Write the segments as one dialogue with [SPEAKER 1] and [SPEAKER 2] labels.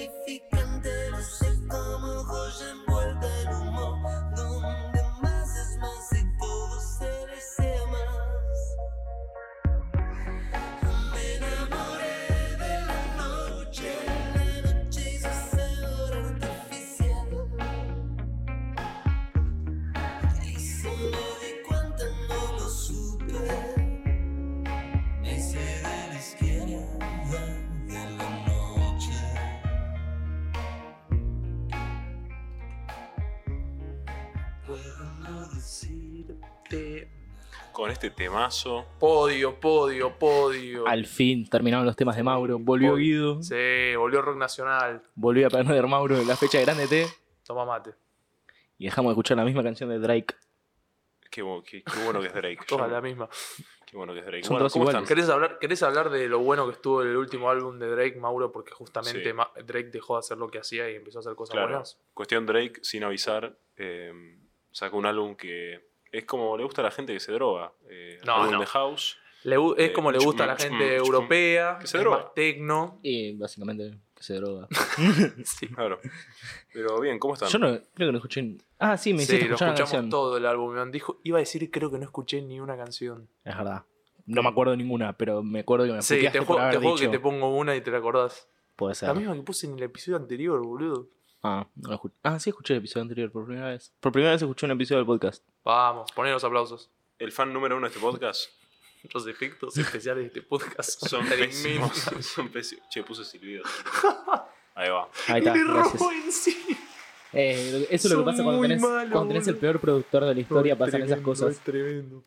[SPEAKER 1] insignificante, luce como joya envuelta en humo, donde más es más y todo se desea más. Me enamoré de la noche, la noche hizo sabor artificial, y solo di cuenta no lo supe. Ese de la izquierda de la noche. Puedo no decirte.
[SPEAKER 2] Con este temazo.
[SPEAKER 3] Podio, podio, podio.
[SPEAKER 4] Al fin terminaron los temas de Mauro. Volvió
[SPEAKER 3] Volvió.
[SPEAKER 4] Guido.
[SPEAKER 3] Sí, volvió Rock Nacional.
[SPEAKER 4] Volvió a perder Mauro en la fecha de Grande T.
[SPEAKER 3] Toma mate.
[SPEAKER 4] Y dejamos de escuchar la misma canción de Drake.
[SPEAKER 2] Qué, bu- qué- qué bueno que es Drake.
[SPEAKER 3] Toda
[SPEAKER 2] Yo-
[SPEAKER 3] la misma.
[SPEAKER 2] Qué bueno que es Drake.
[SPEAKER 4] Son
[SPEAKER 2] Bueno,
[SPEAKER 4] todos
[SPEAKER 2] ¿cómo
[SPEAKER 4] iguales.
[SPEAKER 2] están?
[SPEAKER 3] ¿Querés hablar, ¿Querés hablar de lo bueno que estuvo el último álbum de Drake, Mauro? Porque justamente
[SPEAKER 2] Sí.
[SPEAKER 3] Ma- Drake dejó de hacer lo que hacía y empezó a hacer cosas
[SPEAKER 2] Claro.
[SPEAKER 3] buenas.
[SPEAKER 2] Cuestión Drake, sin avisar, eh, sacó un álbum que es como le gusta a la gente que se droga. Eh,
[SPEAKER 3] No,
[SPEAKER 2] álbum
[SPEAKER 3] no.
[SPEAKER 2] de House.
[SPEAKER 3] Le gu- es
[SPEAKER 2] Eh,
[SPEAKER 3] como le
[SPEAKER 2] chum,
[SPEAKER 3] gusta a la
[SPEAKER 2] chum,
[SPEAKER 3] gente
[SPEAKER 2] chum.
[SPEAKER 3] europea,
[SPEAKER 2] Que se
[SPEAKER 3] es
[SPEAKER 2] droga.
[SPEAKER 3] más tecno.
[SPEAKER 4] Y básicamente que se droga.
[SPEAKER 3] Sí,
[SPEAKER 2] Claro. Pero bien, ¿cómo están?
[SPEAKER 4] Yo no, creo que no escuché. ni- Ah, sí, me
[SPEAKER 3] Sí,
[SPEAKER 4] hiciste
[SPEAKER 3] lo
[SPEAKER 4] escuchar la
[SPEAKER 3] escuchamos
[SPEAKER 4] canción.
[SPEAKER 3] todo el álbum. Me dijo, iba a decir, creo que no escuché ni una canción.
[SPEAKER 4] Es verdad. No me acuerdo ninguna, pero me acuerdo que me
[SPEAKER 3] Sí,
[SPEAKER 4] puteaste
[SPEAKER 3] te,
[SPEAKER 4] por
[SPEAKER 3] juego,
[SPEAKER 4] haber
[SPEAKER 3] te juego que
[SPEAKER 4] dicho.
[SPEAKER 3] te pongo una y te la acordás.
[SPEAKER 4] Puede ser.
[SPEAKER 3] La misma que puse en el episodio anterior, boludo.
[SPEAKER 4] Ah, no lo escu- ah, sí escuché el episodio anterior por primera vez. Por primera vez escuché un episodio del podcast.
[SPEAKER 3] Vamos, poné los aplausos.
[SPEAKER 2] El fan número uno de este podcast
[SPEAKER 3] Los efectos especiales de este podcast
[SPEAKER 2] son
[SPEAKER 3] tremendos.
[SPEAKER 2] pésimos. Son pésimos. Che, puse silbido. Ahí va.
[SPEAKER 4] Ahí
[SPEAKER 3] Y
[SPEAKER 4] está,
[SPEAKER 3] le
[SPEAKER 4] gracias.
[SPEAKER 3] robo en sí.
[SPEAKER 4] Eh, lo- eso es lo
[SPEAKER 3] Son
[SPEAKER 4] que pasa cuando
[SPEAKER 3] muy
[SPEAKER 4] tenés,
[SPEAKER 3] malos,
[SPEAKER 4] cuando tenés el
[SPEAKER 3] boludo.
[SPEAKER 4] peor productor de la historia, pasan esas
[SPEAKER 3] Tremendo,
[SPEAKER 4] cosas.
[SPEAKER 3] Es tremendo.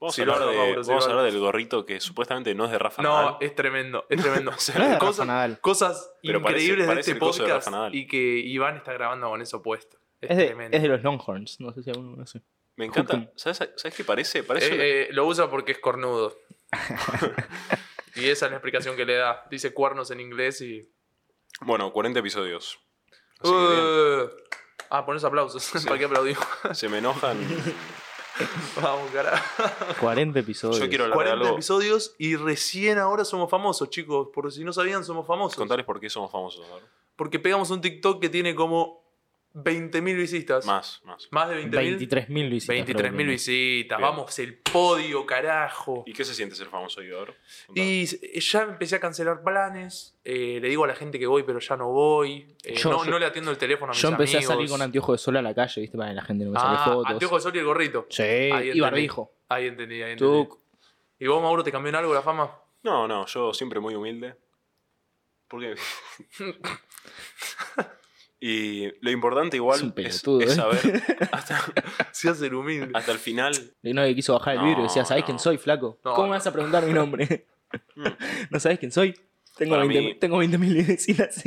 [SPEAKER 2] Vamos, a,
[SPEAKER 3] Silvano,
[SPEAKER 2] hablar de-
[SPEAKER 3] Mauro,
[SPEAKER 2] vamos a
[SPEAKER 3] Silvano.
[SPEAKER 2] hablar del gorrito que supuestamente no es de Rafa
[SPEAKER 3] No, eh,
[SPEAKER 2] Nadal.
[SPEAKER 3] es tremendo, es tremendo.
[SPEAKER 4] No es de Rafa
[SPEAKER 3] cosas
[SPEAKER 4] Nadal.
[SPEAKER 3] cosas
[SPEAKER 2] Pero parece-
[SPEAKER 3] increíbles
[SPEAKER 2] parece
[SPEAKER 3] de este
[SPEAKER 2] el coso de
[SPEAKER 3] podcast
[SPEAKER 2] Rafa Nadal.
[SPEAKER 3] y que Iván está grabando con eso puesto. Es,
[SPEAKER 4] Es de,
[SPEAKER 3] tremendo.
[SPEAKER 4] es de los Longhorns, no sé si alguno conoce.
[SPEAKER 2] Me encanta.
[SPEAKER 4] Justo.
[SPEAKER 2] ¿Sabes, ¿Sabes qué parece? Parece una-
[SPEAKER 3] Eh, eh, lo usa porque es cornudo. y esa es la explicación que le da. Dice cuernos en inglés y.
[SPEAKER 2] Bueno, 40 episodios. Así que bien.
[SPEAKER 3] Uh, ah, pones aplausos. ¿Para qué aplaudimos?
[SPEAKER 2] Se me enojan.
[SPEAKER 3] Vamos, carajo.
[SPEAKER 4] 40 episodios.
[SPEAKER 2] Yo quiero hablar de
[SPEAKER 3] 40
[SPEAKER 2] algo.
[SPEAKER 3] episodios y recién ahora somos famosos, chicos. Por si no sabían, somos famosos.
[SPEAKER 2] Contarles por qué somos famosos. a ver.
[SPEAKER 3] Porque pegamos un TikTok que tiene como 20.000 visitas.
[SPEAKER 2] Más, más.
[SPEAKER 3] Más de 20.000.
[SPEAKER 4] 23.000 visitas.
[SPEAKER 3] 23.000
[SPEAKER 4] creo que.
[SPEAKER 3] visitas.
[SPEAKER 2] Bien.
[SPEAKER 3] Vamos, el podio, carajo.
[SPEAKER 2] ¿Y qué se siente ser famoso, Igor?
[SPEAKER 3] Y s- ya empecé a cancelar planes. eh, le digo a la gente que voy, pero ya no voy. eh,
[SPEAKER 4] Yo-
[SPEAKER 3] no,
[SPEAKER 4] yo-
[SPEAKER 3] no le atiendo el teléfono a mis
[SPEAKER 4] Yo empecé
[SPEAKER 3] amigos.
[SPEAKER 4] a salir con anteojo de sol a la calle, ¿viste? Para que la gente no me saque
[SPEAKER 3] ah,
[SPEAKER 4] fotos.
[SPEAKER 3] anteojo de sol y el gorrito.
[SPEAKER 4] Sí,
[SPEAKER 3] entendí.
[SPEAKER 4] y barbijo.
[SPEAKER 3] Ahí entendí, ahí entendí.
[SPEAKER 4] Tuc.
[SPEAKER 3] ¿Y vos, Mauro, te cambió en algo la fama?
[SPEAKER 2] No, no, yo siempre muy humilde. ¿Por qué? y lo importante
[SPEAKER 4] Es un
[SPEAKER 2] igual es,
[SPEAKER 4] pelotudo,
[SPEAKER 2] es
[SPEAKER 4] ¿eh?
[SPEAKER 2] saber hasta,
[SPEAKER 3] Se hace el humilde.
[SPEAKER 2] hasta el final.
[SPEAKER 4] Y no, y quiso bajar el
[SPEAKER 2] No,
[SPEAKER 4] vidrio y decía, ¿sabés
[SPEAKER 2] no.
[SPEAKER 4] quién soy, flaco?
[SPEAKER 3] No,
[SPEAKER 4] ¿Cómo
[SPEAKER 3] no.
[SPEAKER 4] me vas a preguntar mi nombre? ¿No sabés quién soy? Tengo
[SPEAKER 2] Para
[SPEAKER 4] 20.000
[SPEAKER 2] mí-
[SPEAKER 4] tengo 20.000 visitas.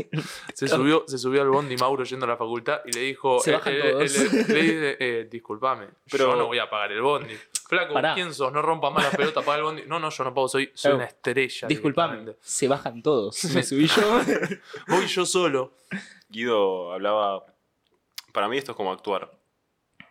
[SPEAKER 3] Se subió, se subió al bondi Mauro yendo a la facultad y le dijo.
[SPEAKER 4] Se
[SPEAKER 3] eh,
[SPEAKER 4] bajan
[SPEAKER 3] eh,
[SPEAKER 4] todos.
[SPEAKER 3] eh, le- le dice, eh, disculpame,
[SPEAKER 2] Pero-
[SPEAKER 3] yo no voy a pagar el bondi. Flaco,
[SPEAKER 4] Pará.
[SPEAKER 3] ¿quién sos? No rompa más la pelota, paga el bondi. No, no, yo no pago, soy, soy
[SPEAKER 4] Claro.
[SPEAKER 3] una estrella.
[SPEAKER 4] Disculpame,
[SPEAKER 3] directamente.
[SPEAKER 4] se bajan todos. Me subí yo.
[SPEAKER 3] Voy yo solo.
[SPEAKER 2] Guido hablaba. Para mí esto es como actuar.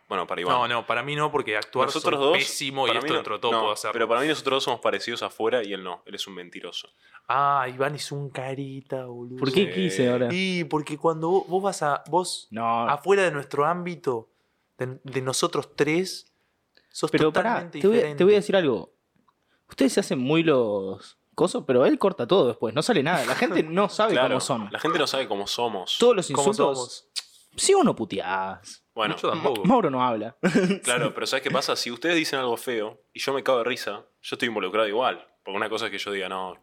[SPEAKER 2] Bueno, para Iván.
[SPEAKER 3] No, no, para mí no, porque actuar
[SPEAKER 2] Nosotros
[SPEAKER 3] nosotros
[SPEAKER 2] dos.
[SPEAKER 3] pésimo y
[SPEAKER 2] para mí
[SPEAKER 3] esto
[SPEAKER 2] no-
[SPEAKER 3] dentro de todo
[SPEAKER 2] no,
[SPEAKER 3] puedo hacer.
[SPEAKER 2] Pero para mí nosotros dos somos parecidos afuera y él no. Él es un mentiroso.
[SPEAKER 3] Ah, Iván es un carita, boludo.
[SPEAKER 4] ¿Por qué
[SPEAKER 2] Sí.
[SPEAKER 4] quise ahora?
[SPEAKER 3] Y porque cuando vos, vos vas a. vos
[SPEAKER 4] No,
[SPEAKER 3] afuera de nuestro ámbito, de, de nosotros tres, sos
[SPEAKER 4] pero pará,
[SPEAKER 3] totalmente
[SPEAKER 4] te voy, a-
[SPEAKER 3] diferente.
[SPEAKER 4] te voy a decir algo. Ustedes se hacen muy los cosos, pero él corta todo después, no sale nada. La gente no sabe
[SPEAKER 2] Claro,
[SPEAKER 4] cómo son.
[SPEAKER 2] La gente no sabe cómo somos.
[SPEAKER 4] Todos los
[SPEAKER 3] ¿Cómo
[SPEAKER 4] insultos.
[SPEAKER 3] somos?
[SPEAKER 4] Si uno puteás.
[SPEAKER 2] Bueno,
[SPEAKER 3] Yo tampoco.
[SPEAKER 4] Mauro no habla.
[SPEAKER 2] claro, pero ¿sabes qué pasa? Si ustedes dicen algo feo y yo me cago de risa, yo estoy involucrado igual. Porque una cosa es que yo diga, no,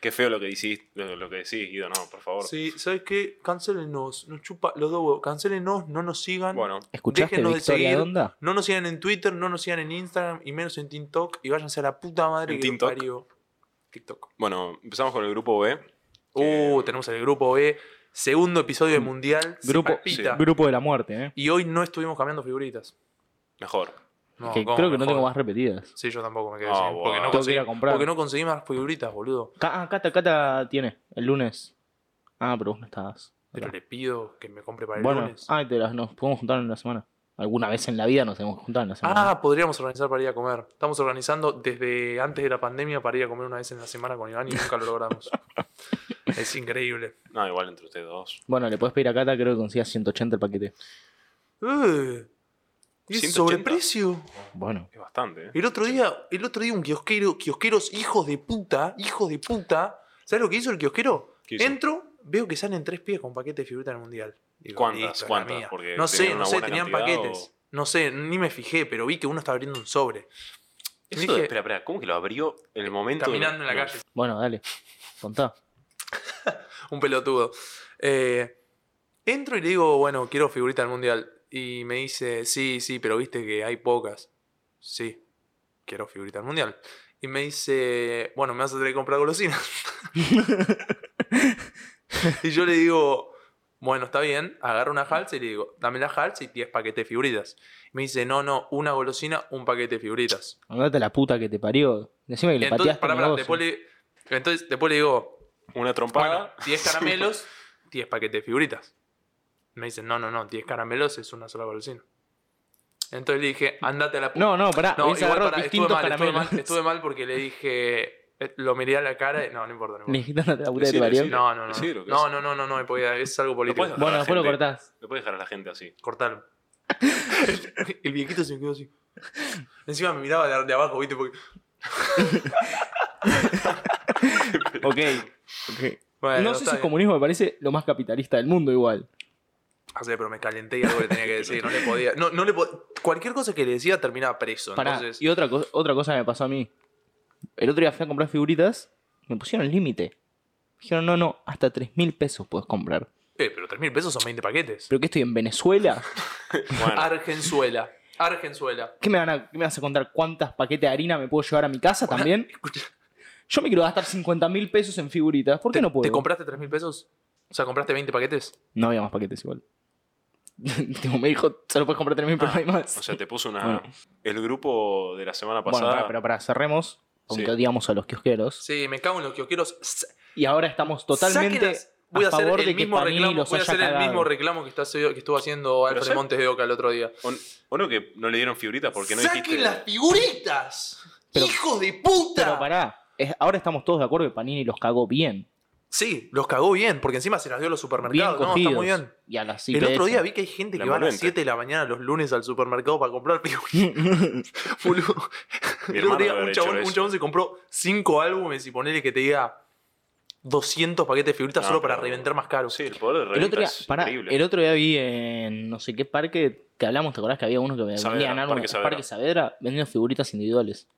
[SPEAKER 2] qué feo lo que decís, lo, lo que decís, Guido, no, por favor.
[SPEAKER 3] Sí, ¿sabes qué? Cancelenos, nos chupa los dos huevos. Cancelenos, no nos sigan.
[SPEAKER 2] Bueno,
[SPEAKER 4] ¿Escuchaste
[SPEAKER 3] Déjenos de
[SPEAKER 4] Victoria
[SPEAKER 3] seguir.
[SPEAKER 4] Donda?
[SPEAKER 3] No nos sigan en Twitter, no nos sigan en Instagram y menos en TikTok. Y váyanse a la puta madre
[SPEAKER 2] ¿En
[SPEAKER 3] que los
[SPEAKER 2] TikTok?
[SPEAKER 3] parió. TikTok.
[SPEAKER 2] bueno, empezamos con el grupo B.
[SPEAKER 3] Uh,
[SPEAKER 2] Eh,
[SPEAKER 3] tenemos el grupo B. Segundo episodio
[SPEAKER 2] Mm.
[SPEAKER 3] de Mundial. se
[SPEAKER 4] Grupo,
[SPEAKER 3] palpita.
[SPEAKER 4] grupo de la muerte, ¿eh?
[SPEAKER 3] Y hoy no estuvimos cambiando figuritas.
[SPEAKER 2] Mejor.
[SPEAKER 3] No,
[SPEAKER 4] que
[SPEAKER 3] ¿cómo
[SPEAKER 4] creo que
[SPEAKER 3] me
[SPEAKER 4] no tengo
[SPEAKER 3] jodas?
[SPEAKER 4] más repetidas.
[SPEAKER 3] Sí, yo tampoco me quedé
[SPEAKER 2] Ah,
[SPEAKER 3] sin.
[SPEAKER 2] bueno.
[SPEAKER 3] Porque, no
[SPEAKER 4] Tengo que
[SPEAKER 3] conseguí,
[SPEAKER 4] ir a comprar.
[SPEAKER 3] porque no conseguí más figuritas, boludo.
[SPEAKER 4] Ca- ah, Cata, Cata tiene, el lunes. Ah, pero vos no estabas.
[SPEAKER 3] Pero le pido que me compre para el
[SPEAKER 4] Bueno,
[SPEAKER 3] lunes. Ah,
[SPEAKER 4] ah, te las- nos podemos juntar en la semana. Alguna vez en la vida nos hemos juntado en la
[SPEAKER 3] Ah.
[SPEAKER 4] semana.
[SPEAKER 3] podríamos organizar para ir a comer. Estamos organizando desde antes de la pandemia para ir a comer una vez en la semana con Iván y nunca lo logramos. Es increíble.
[SPEAKER 2] No, igual entre ustedes dos.
[SPEAKER 4] Bueno, le puedes pedir a Cata, creo que consigas 180 el paquete.
[SPEAKER 3] Eh, y es
[SPEAKER 2] 180.
[SPEAKER 3] sobreprecio.
[SPEAKER 4] Bueno.
[SPEAKER 2] Es bastante, ¿eh?
[SPEAKER 3] El otro día, el otro día un kiosquero, kiosqueros hijos de puta, hijos de puta. ¿Sabes lo que hizo el kiosquero?
[SPEAKER 2] ¿Qué hizo?
[SPEAKER 3] Entro, veo que salen tres pies con paquetes de figurita del mundial. Digo,
[SPEAKER 2] ¿Cuántas?
[SPEAKER 3] la
[SPEAKER 2] ¿Cuántas?
[SPEAKER 3] mía.
[SPEAKER 2] Porque
[SPEAKER 3] no
[SPEAKER 2] tenían
[SPEAKER 3] sé,
[SPEAKER 2] una
[SPEAKER 3] no sé,
[SPEAKER 2] buena
[SPEAKER 3] tenían
[SPEAKER 2] cantidad
[SPEAKER 3] paquetes.
[SPEAKER 2] o-
[SPEAKER 3] No sé, ni me fijé, pero vi que uno estaba abriendo un sobre.
[SPEAKER 2] Eso
[SPEAKER 3] Dije- Eh,
[SPEAKER 2] de- espera, espera, ¿cómo que lo abrió en el momento?
[SPEAKER 3] Caminando en la
[SPEAKER 2] No.
[SPEAKER 3] calle.
[SPEAKER 4] Bueno, dale. Contá.
[SPEAKER 3] un pelotudo. Eh, entro y le digo, bueno, quiero figurita del mundial. Y me dice, sí, sí, pero viste que hay pocas. Sí, quiero figurita del mundial. Y me dice, bueno, me vas a tener que comprar golosinas. y yo le digo, bueno, está bien. Agarro una halsa y le digo, dame la halsa y 10 paquetes de figuritas. me dice, no, no, una golosina, un paquete de figuritas.
[SPEAKER 4] Andate a la puta que te parió. Decime que le
[SPEAKER 3] Entonces,
[SPEAKER 4] pateaste
[SPEAKER 3] pará,
[SPEAKER 4] el
[SPEAKER 3] pará,
[SPEAKER 4] negocio.
[SPEAKER 3] después le- entonces después le digo,
[SPEAKER 2] Una
[SPEAKER 3] bueno,
[SPEAKER 2] trompada.
[SPEAKER 3] 10 caramelos, 10 paquetes de figuritas. Me dicen, no, no, no, 10 caramelos es una sola golosina. Entonces le dije, andate a la puta.
[SPEAKER 4] No, no, pará. No,
[SPEAKER 3] igual,
[SPEAKER 4] agarró
[SPEAKER 3] pará, estuve
[SPEAKER 4] distintos
[SPEAKER 3] mal, estuve
[SPEAKER 4] caramelos.
[SPEAKER 3] mal, estuve mal porque le dije, eh, lo miré a la cara y- No, no importa, no importa.
[SPEAKER 4] Necesitas andate a la puta que te
[SPEAKER 2] Decilo,
[SPEAKER 4] parió.
[SPEAKER 2] decilo.
[SPEAKER 3] No, no, no.
[SPEAKER 2] Decidilo, ¿qué
[SPEAKER 3] No,
[SPEAKER 2] es?
[SPEAKER 3] no, no, no, no, me podía- es algo político.
[SPEAKER 2] puedes-
[SPEAKER 4] Bueno, después lo
[SPEAKER 2] Gente.
[SPEAKER 4] cortás.
[SPEAKER 2] Le puedes dejar a la gente así.
[SPEAKER 3] Cortalo. El viejito se me quedó así. Encima me miraba de, de abajo, ¿viste? Porque...
[SPEAKER 4] Ok. ok.
[SPEAKER 3] Bueno,
[SPEAKER 4] no sé
[SPEAKER 3] está
[SPEAKER 4] si
[SPEAKER 3] bien.
[SPEAKER 4] comunismo me parece lo más capitalista del mundo igual.
[SPEAKER 3] Ah, sí, pero me calenté y algo le tenía que decir. No le podía. No, no le po- Cualquier cosa que le decía terminaba preso.
[SPEAKER 4] Pará,
[SPEAKER 3] entonces...
[SPEAKER 4] y otra, cosa otra cosa me pasó a mí. El otro día fui a comprar figuritas, me pusieron el límite. Dijeron, no, no, hasta 3 mil pesos puedes comprar.
[SPEAKER 3] Eh, pero 3.000 pesos son 20 paquetes.
[SPEAKER 4] ¿Pero que estoy en Venezuela?
[SPEAKER 2] Bueno,
[SPEAKER 3] Ah, Argenzuela. Argenzuela.
[SPEAKER 4] ¿Qué me, van a- qué me vas a contar cuántas paquetes de harina me puedo llevar a mi casa también?
[SPEAKER 3] Escucha,
[SPEAKER 4] Yo me quiero gastar 50 mil pesos en figuritas, ¿por qué
[SPEAKER 3] ¿te,
[SPEAKER 4] no puedo?
[SPEAKER 3] ¿Te compraste 3.000 pesos? O sea, ¿compraste 20 paquetes?
[SPEAKER 4] No había más paquetes igual. Tipo, me dijo, solo puedes comprar 3
[SPEAKER 3] Ah,
[SPEAKER 4] mil, pero no hay más.
[SPEAKER 2] o sea, te puse una.
[SPEAKER 4] Bueno.
[SPEAKER 2] El grupo de la semana
[SPEAKER 4] bueno,
[SPEAKER 2] pasada.
[SPEAKER 4] pará, pero para cerremos, aunque
[SPEAKER 2] Sí.
[SPEAKER 4] odiamos a los kiosqueros.
[SPEAKER 3] Sí, me cago en los kiosqueros. S-
[SPEAKER 4] Y ahora estamos totalmente
[SPEAKER 3] sáquenlas. Voy
[SPEAKER 4] a,
[SPEAKER 3] a hacer
[SPEAKER 4] favor de
[SPEAKER 3] el
[SPEAKER 4] que
[SPEAKER 3] mismo
[SPEAKER 4] Panini
[SPEAKER 3] reclamo,
[SPEAKER 4] los
[SPEAKER 3] voy a
[SPEAKER 4] haya
[SPEAKER 3] hacer el
[SPEAKER 4] cagado.
[SPEAKER 3] mismo reclamo que, está- que estuvo haciendo Alfred
[SPEAKER 2] ¿sabes?
[SPEAKER 3] Montes de Oca el otro día.
[SPEAKER 2] O, o no que no le dieron figuritas porque no
[SPEAKER 3] ¡Saquen
[SPEAKER 2] dijiste.
[SPEAKER 3] las figuritas!
[SPEAKER 4] Pero-
[SPEAKER 3] ¡Hijos de puta!
[SPEAKER 4] Pero pará, es- ahora estamos todos de acuerdo que Panini los cagó bien.
[SPEAKER 3] Sí, los cagó bien, porque encima se las dio a los
[SPEAKER 4] bien
[SPEAKER 3] supermercados. no,
[SPEAKER 4] cogidos.
[SPEAKER 3] está muy bien.
[SPEAKER 4] Y a las
[SPEAKER 3] El otro
[SPEAKER 4] IPS.
[SPEAKER 3] día vi que hay gente
[SPEAKER 2] La
[SPEAKER 3] que va a las
[SPEAKER 2] envolvente.
[SPEAKER 3] 7 de la mañana los lunes al supermercado para comprar figuritas. Boludo.
[SPEAKER 2] Mi
[SPEAKER 3] El
[SPEAKER 2] hermano
[SPEAKER 3] otro día
[SPEAKER 2] debe
[SPEAKER 3] un
[SPEAKER 2] haber hecho
[SPEAKER 3] chabón, un
[SPEAKER 2] eso.
[SPEAKER 3] chabón se compró 5 álbumes y ponele que te diga 200 paquetes de figuritas
[SPEAKER 2] No,
[SPEAKER 3] solo para
[SPEAKER 2] pero-
[SPEAKER 3] revender más caro.
[SPEAKER 2] Sí, el poder de
[SPEAKER 4] El
[SPEAKER 2] reventa
[SPEAKER 4] otro día,
[SPEAKER 2] es
[SPEAKER 4] pará,
[SPEAKER 2] increíble.
[SPEAKER 4] el otro día vi en no sé qué parque que hablamos, ¿te acordás que había uno que vendía
[SPEAKER 2] Saavedra,
[SPEAKER 4] en
[SPEAKER 2] Parque Saavedra.
[SPEAKER 4] Parque Saavedra vendiendo figuritas individuales?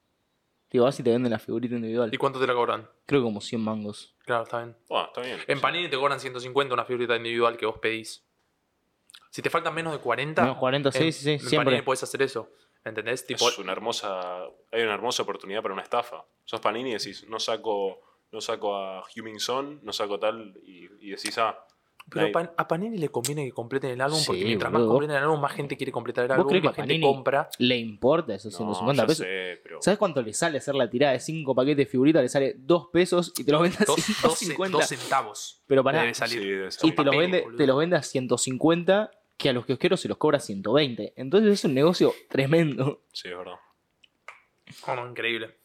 [SPEAKER 4] Digo, vas y te venden la figurita individual.
[SPEAKER 3] ¿Y cuánto te la cobran?
[SPEAKER 4] Creo que como 100 mangos.
[SPEAKER 3] Claro, está bien.
[SPEAKER 2] Buah, Ah, está bien.
[SPEAKER 3] En Panini te cobran 150 una figurita individual que vos pedís. Si te faltan menos de 40,
[SPEAKER 4] Menos 40, sí,
[SPEAKER 3] en-
[SPEAKER 4] sí, sí,
[SPEAKER 3] en
[SPEAKER 4] siempre.
[SPEAKER 3] Panini podés hacer eso. ¿Entendés? Tipo,
[SPEAKER 2] es una hermosa, hay una hermosa oportunidad para una estafa. Sos Panini y decís, no saco, no saco a Humming Son, no saco tal, y, y decís, ah,
[SPEAKER 3] pero
[SPEAKER 2] Ahí.
[SPEAKER 3] Pan- a Panini le conviene que completen el álbum porque
[SPEAKER 4] Sí,
[SPEAKER 3] mientras
[SPEAKER 4] boludo.
[SPEAKER 3] más completen el álbum, más gente quiere completar el
[SPEAKER 4] ¿Vos
[SPEAKER 3] álbum,
[SPEAKER 4] crees que
[SPEAKER 3] más gente
[SPEAKER 4] Panini-
[SPEAKER 3] compra.
[SPEAKER 4] Le importa esos
[SPEAKER 2] no,
[SPEAKER 4] 150
[SPEAKER 2] ya
[SPEAKER 4] pesos.
[SPEAKER 2] sé, pero
[SPEAKER 4] ¿Sabes cuánto le sale hacer la tirada de 5 paquetes de figuritas? Le sale 2 pesos y te los vende a
[SPEAKER 3] Dos, dos,
[SPEAKER 4] 150.
[SPEAKER 3] dos centavos.
[SPEAKER 4] pero pará,
[SPEAKER 3] debe salir.
[SPEAKER 2] Sí, debe
[SPEAKER 4] y
[SPEAKER 2] salir.
[SPEAKER 4] te los,
[SPEAKER 3] papel,
[SPEAKER 4] vende,
[SPEAKER 3] boludo.
[SPEAKER 4] te los vende a 150, que a los kiosqueros se los cobra 120. Entonces es un negocio tremendo.
[SPEAKER 2] Sí, es verdad.
[SPEAKER 3] No, no, increíble.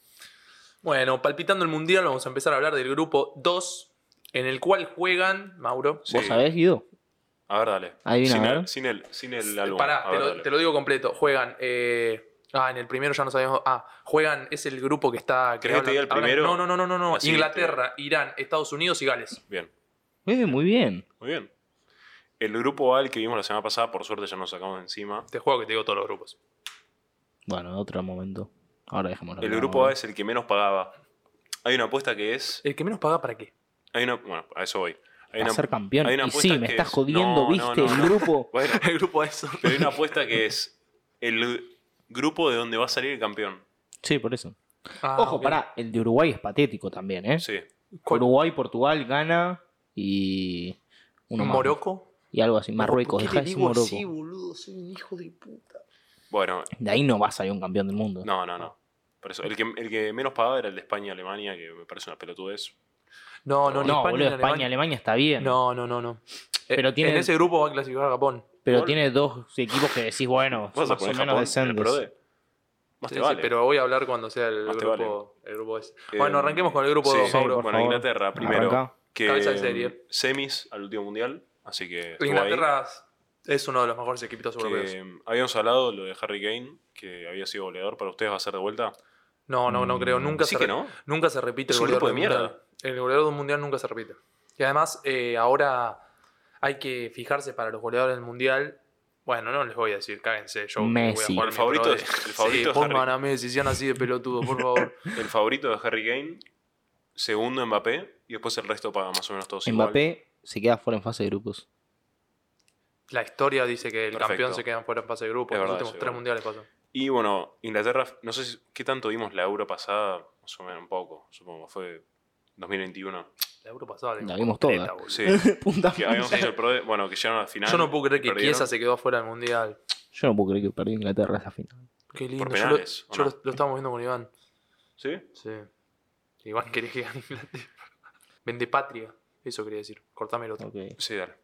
[SPEAKER 3] Bueno, palpitando el mundial, vamos a empezar a hablar del grupo 2, en el cual juegan, Mauro.
[SPEAKER 2] Sí.
[SPEAKER 4] ¿Vos sabés, Guido?
[SPEAKER 2] A ver, dale.
[SPEAKER 4] Adivina,
[SPEAKER 2] sin,
[SPEAKER 4] a ver.
[SPEAKER 2] El, sin el, sin el álbum.
[SPEAKER 3] Pará,
[SPEAKER 2] A
[SPEAKER 3] te
[SPEAKER 2] ver,
[SPEAKER 3] lo,
[SPEAKER 2] dale.
[SPEAKER 3] te lo digo completo. Juegan. eh, ah, en el primero ya no sabíamos. Ah, juegan, es el grupo que está.
[SPEAKER 2] ¿Querés que te diga el primero?
[SPEAKER 3] No, no, no, no, no. no.
[SPEAKER 2] Así
[SPEAKER 3] Inglaterra, Irán, Estados Unidos y Gales.
[SPEAKER 2] Bien,
[SPEAKER 4] Eh, muy bien.
[SPEAKER 2] muy bien. El grupo A, el que vimos la semana pasada, por suerte ya nos sacamos de encima.
[SPEAKER 3] Te juego que te digo todos los grupos.
[SPEAKER 4] Bueno, otro momento. Ahora dejamos
[SPEAKER 2] El grupo
[SPEAKER 4] ¿eh?
[SPEAKER 2] A es el que menos pagaba. Hay una apuesta que es.
[SPEAKER 3] ¿El que menos paga para qué?
[SPEAKER 2] Hay una, bueno, a eso voy. Hay
[SPEAKER 4] Para
[SPEAKER 2] una,
[SPEAKER 4] ser campeón.
[SPEAKER 2] hay una
[SPEAKER 4] Y
[SPEAKER 2] apuesta
[SPEAKER 4] sí, me
[SPEAKER 2] que
[SPEAKER 4] estás
[SPEAKER 2] es-
[SPEAKER 4] jodiendo,
[SPEAKER 2] No, no,
[SPEAKER 4] viste,
[SPEAKER 2] no, no.
[SPEAKER 4] el grupo.
[SPEAKER 2] Bueno,
[SPEAKER 3] El grupo eso.
[SPEAKER 2] pero hay una apuesta que es el grupo de donde va a salir el campeón.
[SPEAKER 4] Sí, por eso.
[SPEAKER 3] Ah,
[SPEAKER 4] Ojo,
[SPEAKER 3] ok.
[SPEAKER 4] pará, el de Uruguay es patético también, ¿eh?
[SPEAKER 2] Sí.
[SPEAKER 3] ¿Cuál?
[SPEAKER 4] Uruguay, Portugal, Ghana y. uno más.
[SPEAKER 3] ¿Morocco?
[SPEAKER 4] Y algo así.
[SPEAKER 3] ¿Por
[SPEAKER 4] Marruecos,
[SPEAKER 3] qué
[SPEAKER 4] deja
[SPEAKER 3] le
[SPEAKER 4] de decir
[SPEAKER 3] digo
[SPEAKER 4] Morocco.
[SPEAKER 3] así, boludo? Soy un hijo de puta.
[SPEAKER 2] Bueno,
[SPEAKER 4] De ahí no va a salir un campeón del mundo.
[SPEAKER 2] no, no, no. Por eso, el que, el que menos pagaba era el de España-Alemania, que me parece una pelotudez.
[SPEAKER 3] No, no, ni
[SPEAKER 4] No,
[SPEAKER 3] España,
[SPEAKER 4] boludo,
[SPEAKER 3] ni
[SPEAKER 4] España, Alemania.
[SPEAKER 3] Alemania.
[SPEAKER 4] está bien.
[SPEAKER 3] No, no, no, no.
[SPEAKER 4] Pero
[SPEAKER 3] Eh,
[SPEAKER 4] tiene-
[SPEAKER 3] En ese grupo va a clasificar Japón.
[SPEAKER 4] pero
[SPEAKER 2] Gol.
[SPEAKER 4] tiene dos equipos que decís, bueno, son
[SPEAKER 2] ¿Vas a
[SPEAKER 4] más o
[SPEAKER 2] poner
[SPEAKER 4] menos
[SPEAKER 2] Japón en el
[SPEAKER 4] decentes.
[SPEAKER 2] Pro D? Más
[SPEAKER 3] Sí,
[SPEAKER 2] te
[SPEAKER 3] sí,
[SPEAKER 2] vale.
[SPEAKER 3] pero voy a hablar cuando sea el
[SPEAKER 2] Más te
[SPEAKER 3] grupo, el grupo ese.
[SPEAKER 2] Eh,
[SPEAKER 3] bueno, arranquemos con el grupo
[SPEAKER 2] sí.
[SPEAKER 3] 2,
[SPEAKER 2] Sí,
[SPEAKER 3] Mauro.
[SPEAKER 2] por- Bueno, Inglaterra primero.
[SPEAKER 4] Arranca.
[SPEAKER 2] que
[SPEAKER 3] Cabeza de
[SPEAKER 2] mm,
[SPEAKER 3] serie.
[SPEAKER 2] semis al último mundial, así que estuvo ahí.
[SPEAKER 3] Inglaterra es uno de los mejores equipos
[SPEAKER 2] Que,
[SPEAKER 3] europeos.
[SPEAKER 2] mm, habíamos hablado lo de Harry Kane, que había sido goleador, para ustedes va a ser de vuelta.
[SPEAKER 3] No, no, no creo. Nunca,
[SPEAKER 2] Mm, Sí
[SPEAKER 3] se,
[SPEAKER 2] que
[SPEAKER 3] re-
[SPEAKER 2] no.
[SPEAKER 3] nunca se repite
[SPEAKER 2] Es
[SPEAKER 3] el
[SPEAKER 2] un
[SPEAKER 3] goleador
[SPEAKER 2] grupo de
[SPEAKER 3] del mundial.
[SPEAKER 2] mierda.
[SPEAKER 3] El goleador de un mundial nunca se repite. Y además, eh, ahora hay que fijarse para los goleadores del mundial. Bueno, no les voy a decir, cáguense. Yo Voy
[SPEAKER 4] Messi.
[SPEAKER 3] a jugar
[SPEAKER 2] El favorito
[SPEAKER 3] mientras-
[SPEAKER 2] es- el favorito es
[SPEAKER 3] sí, pongan
[SPEAKER 2] Harry.
[SPEAKER 3] a Messi, sean así de pelotudo, por favor.
[SPEAKER 2] El favorito de Harry Kane, segundo Mbappé, y después el resto paga más o menos todos igual.
[SPEAKER 4] Mbappé se queda fuera en fase de grupos.
[SPEAKER 3] La historia dice que el
[SPEAKER 2] Perfecto.
[SPEAKER 3] campeón se queda fuera en fase de grupo.
[SPEAKER 2] Es
[SPEAKER 3] en los
[SPEAKER 2] verdad,
[SPEAKER 3] últimos
[SPEAKER 2] sí,
[SPEAKER 3] tres
[SPEAKER 2] bueno.
[SPEAKER 3] mundiales pasó.
[SPEAKER 2] Y bueno, Inglaterra, no sé si- qué tanto vimos la euro pasada, más o menos un poco, supongo, fue 2021.
[SPEAKER 3] La Euro pasada.
[SPEAKER 4] La
[SPEAKER 3] digo,
[SPEAKER 4] vimos
[SPEAKER 3] completa,
[SPEAKER 4] toda.
[SPEAKER 3] boludo.
[SPEAKER 2] Sí,
[SPEAKER 4] Punta
[SPEAKER 2] que habíamos hecho el pro de- bueno, que llegaron a la final.
[SPEAKER 3] Yo no puedo creer que
[SPEAKER 2] perdieron.
[SPEAKER 3] Chiesa se quedó fuera del mundial.
[SPEAKER 4] Yo no puedo creer que perdió Inglaterra esa final.
[SPEAKER 3] Qué lindo.
[SPEAKER 2] Por
[SPEAKER 3] yo lo-
[SPEAKER 2] penales, ¿o
[SPEAKER 3] yo lo,
[SPEAKER 2] no?
[SPEAKER 3] lo estaba viendo con Iván.
[SPEAKER 2] ¿Sí?
[SPEAKER 3] Sí. Iván quería que gane Inglaterra. Vende patria. Eso quería decir. Cortame el otro.
[SPEAKER 2] Sí, dale.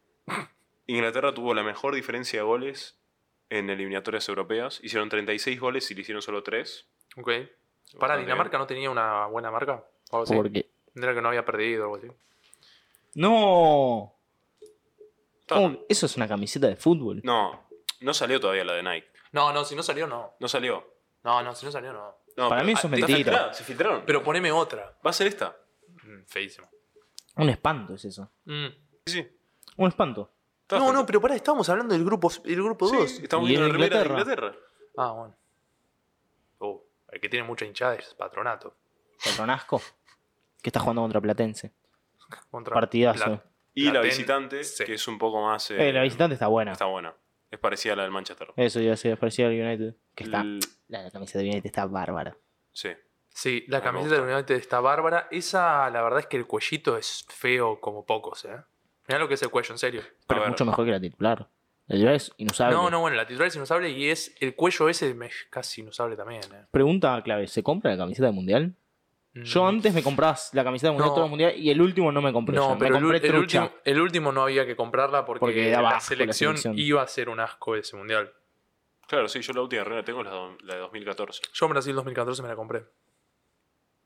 [SPEAKER 2] Inglaterra tuvo la mejor diferencia de goles en eliminatorias europeas. Hicieron 36 goles y le hicieron solo 3.
[SPEAKER 3] Ok. Para Dinamarca no tenía una buena marca. O algo así.
[SPEAKER 4] Porque.
[SPEAKER 3] Era que no había perdido o algo así.
[SPEAKER 4] ¡No!
[SPEAKER 2] Está-
[SPEAKER 4] ¿Cómo? Eso es una camiseta de fútbol.
[SPEAKER 2] No, no salió todavía la de Nike.
[SPEAKER 3] No, no, si no salió, no.
[SPEAKER 2] No salió.
[SPEAKER 3] No, no, si no salió, no.
[SPEAKER 2] No,
[SPEAKER 4] Para
[SPEAKER 2] pero-
[SPEAKER 4] mí eso
[SPEAKER 2] Ah,
[SPEAKER 4] es
[SPEAKER 2] está
[SPEAKER 4] mentira.
[SPEAKER 2] filtrada, Se filtraron.
[SPEAKER 3] Pero poneme otra.
[SPEAKER 2] Va a ser esta.
[SPEAKER 3] Mm, Feísimo.
[SPEAKER 4] Un espanto es eso.
[SPEAKER 3] Mm.
[SPEAKER 2] Sí, sí.
[SPEAKER 4] Un espanto.
[SPEAKER 2] Está
[SPEAKER 3] No,
[SPEAKER 2] filtrada.
[SPEAKER 3] no, pero pará, estábamos hablando del grupo, el grupo
[SPEAKER 2] Sí,
[SPEAKER 3] 2.
[SPEAKER 2] estamos
[SPEAKER 4] Y
[SPEAKER 2] viendo
[SPEAKER 4] en
[SPEAKER 2] la remera de
[SPEAKER 4] Inglaterra.
[SPEAKER 2] Inglaterra.
[SPEAKER 3] Ah, bueno. Oh, el que tiene mucha hinchada es Patronato.
[SPEAKER 4] Patronasco. Que está jugando contra Platense.
[SPEAKER 3] Contra
[SPEAKER 4] Partidazo.
[SPEAKER 3] Pla-
[SPEAKER 2] Y
[SPEAKER 3] La
[SPEAKER 2] la
[SPEAKER 3] ten-
[SPEAKER 2] visitante,
[SPEAKER 3] sí.
[SPEAKER 2] que es un poco más. eh,
[SPEAKER 4] Eh, la visitante está buena.
[SPEAKER 2] Está buena. Es parecida a la del Manchester.
[SPEAKER 4] Eso ya se parecía al United. Que está.
[SPEAKER 2] L-
[SPEAKER 4] La, la camiseta de United está bárbara.
[SPEAKER 2] Sí.
[SPEAKER 3] Sí, la
[SPEAKER 2] Me
[SPEAKER 3] camiseta del
[SPEAKER 2] gusta.
[SPEAKER 3] United está bárbara. Esa, la verdad es que el cuellito es feo como pocos, ¿eh? Mirá lo que es el cuello, en serio.
[SPEAKER 4] Pero es
[SPEAKER 2] ver.
[SPEAKER 4] mucho mejor que la titular. La titular es inusable.
[SPEAKER 3] No, no, bueno, la titular es inusable y es el cuello ese me- casi inusable también, ¿eh?
[SPEAKER 4] Pregunta clave: ¿se compra la camiseta del mundial? Yo
[SPEAKER 3] Mm.
[SPEAKER 4] antes me comprabas la camiseta del mundial,
[SPEAKER 3] No.
[SPEAKER 4] todo el mundial, y el último no me compré. yo.
[SPEAKER 3] No,
[SPEAKER 4] Me
[SPEAKER 3] pero el,
[SPEAKER 4] compré
[SPEAKER 3] ul- el
[SPEAKER 4] trucha.
[SPEAKER 3] último, el último no había que comprarla porque,
[SPEAKER 4] Porque
[SPEAKER 3] la,
[SPEAKER 4] daba asco la
[SPEAKER 3] selección
[SPEAKER 4] selección.
[SPEAKER 3] iba a ser un asco ese mundial.
[SPEAKER 2] Claro, sí, yo la última remera que tengo es la, do- la de 2014.
[SPEAKER 3] Yo en Brasil 2014 me la compré.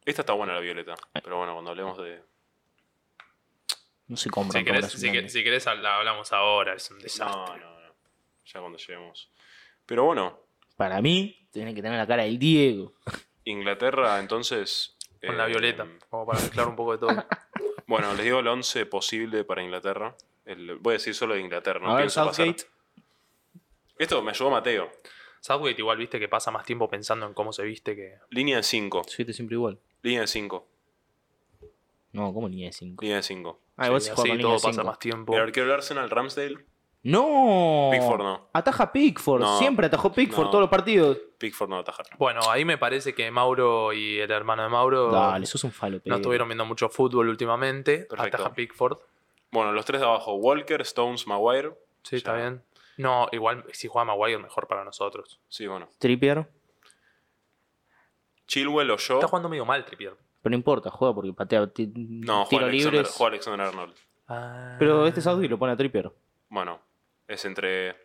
[SPEAKER 2] Esta está buena, la violeta.
[SPEAKER 4] Eh.
[SPEAKER 2] Pero bueno, cuando hablemos de.
[SPEAKER 4] No se compra.
[SPEAKER 3] Si querés, si que- si querés, la hablamos ahora, es un
[SPEAKER 2] No,
[SPEAKER 3] desastre.
[SPEAKER 2] no, no. Ya cuando lleguemos. Pero bueno,
[SPEAKER 4] Para mí, tiene que tener la cara del Diego.
[SPEAKER 2] Inglaterra, entonces.
[SPEAKER 3] Con
[SPEAKER 2] eh,
[SPEAKER 3] la violeta, como para mezclar un poco de todo.
[SPEAKER 2] Bueno, les digo el 11 posible para Inglaterra. El- voy a decir solo de Inglaterra, no
[SPEAKER 4] a ver,
[SPEAKER 2] pienso pasar.
[SPEAKER 4] Southgate.
[SPEAKER 2] Esto me ayudó Mateo.
[SPEAKER 3] Southgate igual viste que pasa más tiempo pensando en cómo se viste que...
[SPEAKER 2] Línea de 5.
[SPEAKER 4] Siete siempre igual.
[SPEAKER 2] Línea de 5.
[SPEAKER 4] No, ¿cómo ni de 5?
[SPEAKER 2] Línea de 5.
[SPEAKER 4] Ah, igual
[SPEAKER 3] Sí,
[SPEAKER 4] se juega con
[SPEAKER 3] así
[SPEAKER 4] línea
[SPEAKER 3] todo
[SPEAKER 4] de
[SPEAKER 3] pasa
[SPEAKER 4] cinco.
[SPEAKER 3] más tiempo.
[SPEAKER 2] El arquero del Arsenal, Ramsdale,
[SPEAKER 4] ¡No!
[SPEAKER 2] Pickford no.
[SPEAKER 4] Ataja Pickford.
[SPEAKER 2] No.
[SPEAKER 4] Siempre atajó Pickford
[SPEAKER 2] No.
[SPEAKER 4] todos los partidos.
[SPEAKER 2] Pickford no va a atajar.
[SPEAKER 3] Bueno, ahí me parece que Mauro y el hermano de Mauro
[SPEAKER 4] Dale, sos un falo.
[SPEAKER 3] no
[SPEAKER 4] Pedro.
[SPEAKER 3] estuvieron viendo mucho fútbol últimamente.
[SPEAKER 2] Perfecto.
[SPEAKER 3] Ataja Pickford.
[SPEAKER 2] Bueno, los tres de abajo, Walker, Stones, Maguire.
[SPEAKER 3] Sí, está
[SPEAKER 2] Ya.
[SPEAKER 3] bien. No, igual si juega Maguire mejor para nosotros.
[SPEAKER 2] Sí, bueno.
[SPEAKER 4] Trippier.
[SPEAKER 2] Chilwell o yo.
[SPEAKER 3] Está jugando medio mal Trippier.
[SPEAKER 4] Pero no importa, juega porque patea ti-
[SPEAKER 2] No, juega
[SPEAKER 4] tiro
[SPEAKER 2] Alexander,
[SPEAKER 4] libres.
[SPEAKER 2] juega Alexander Arnold.
[SPEAKER 4] Pero este Southgate lo pone a Trippier.
[SPEAKER 2] Bueno, es entre,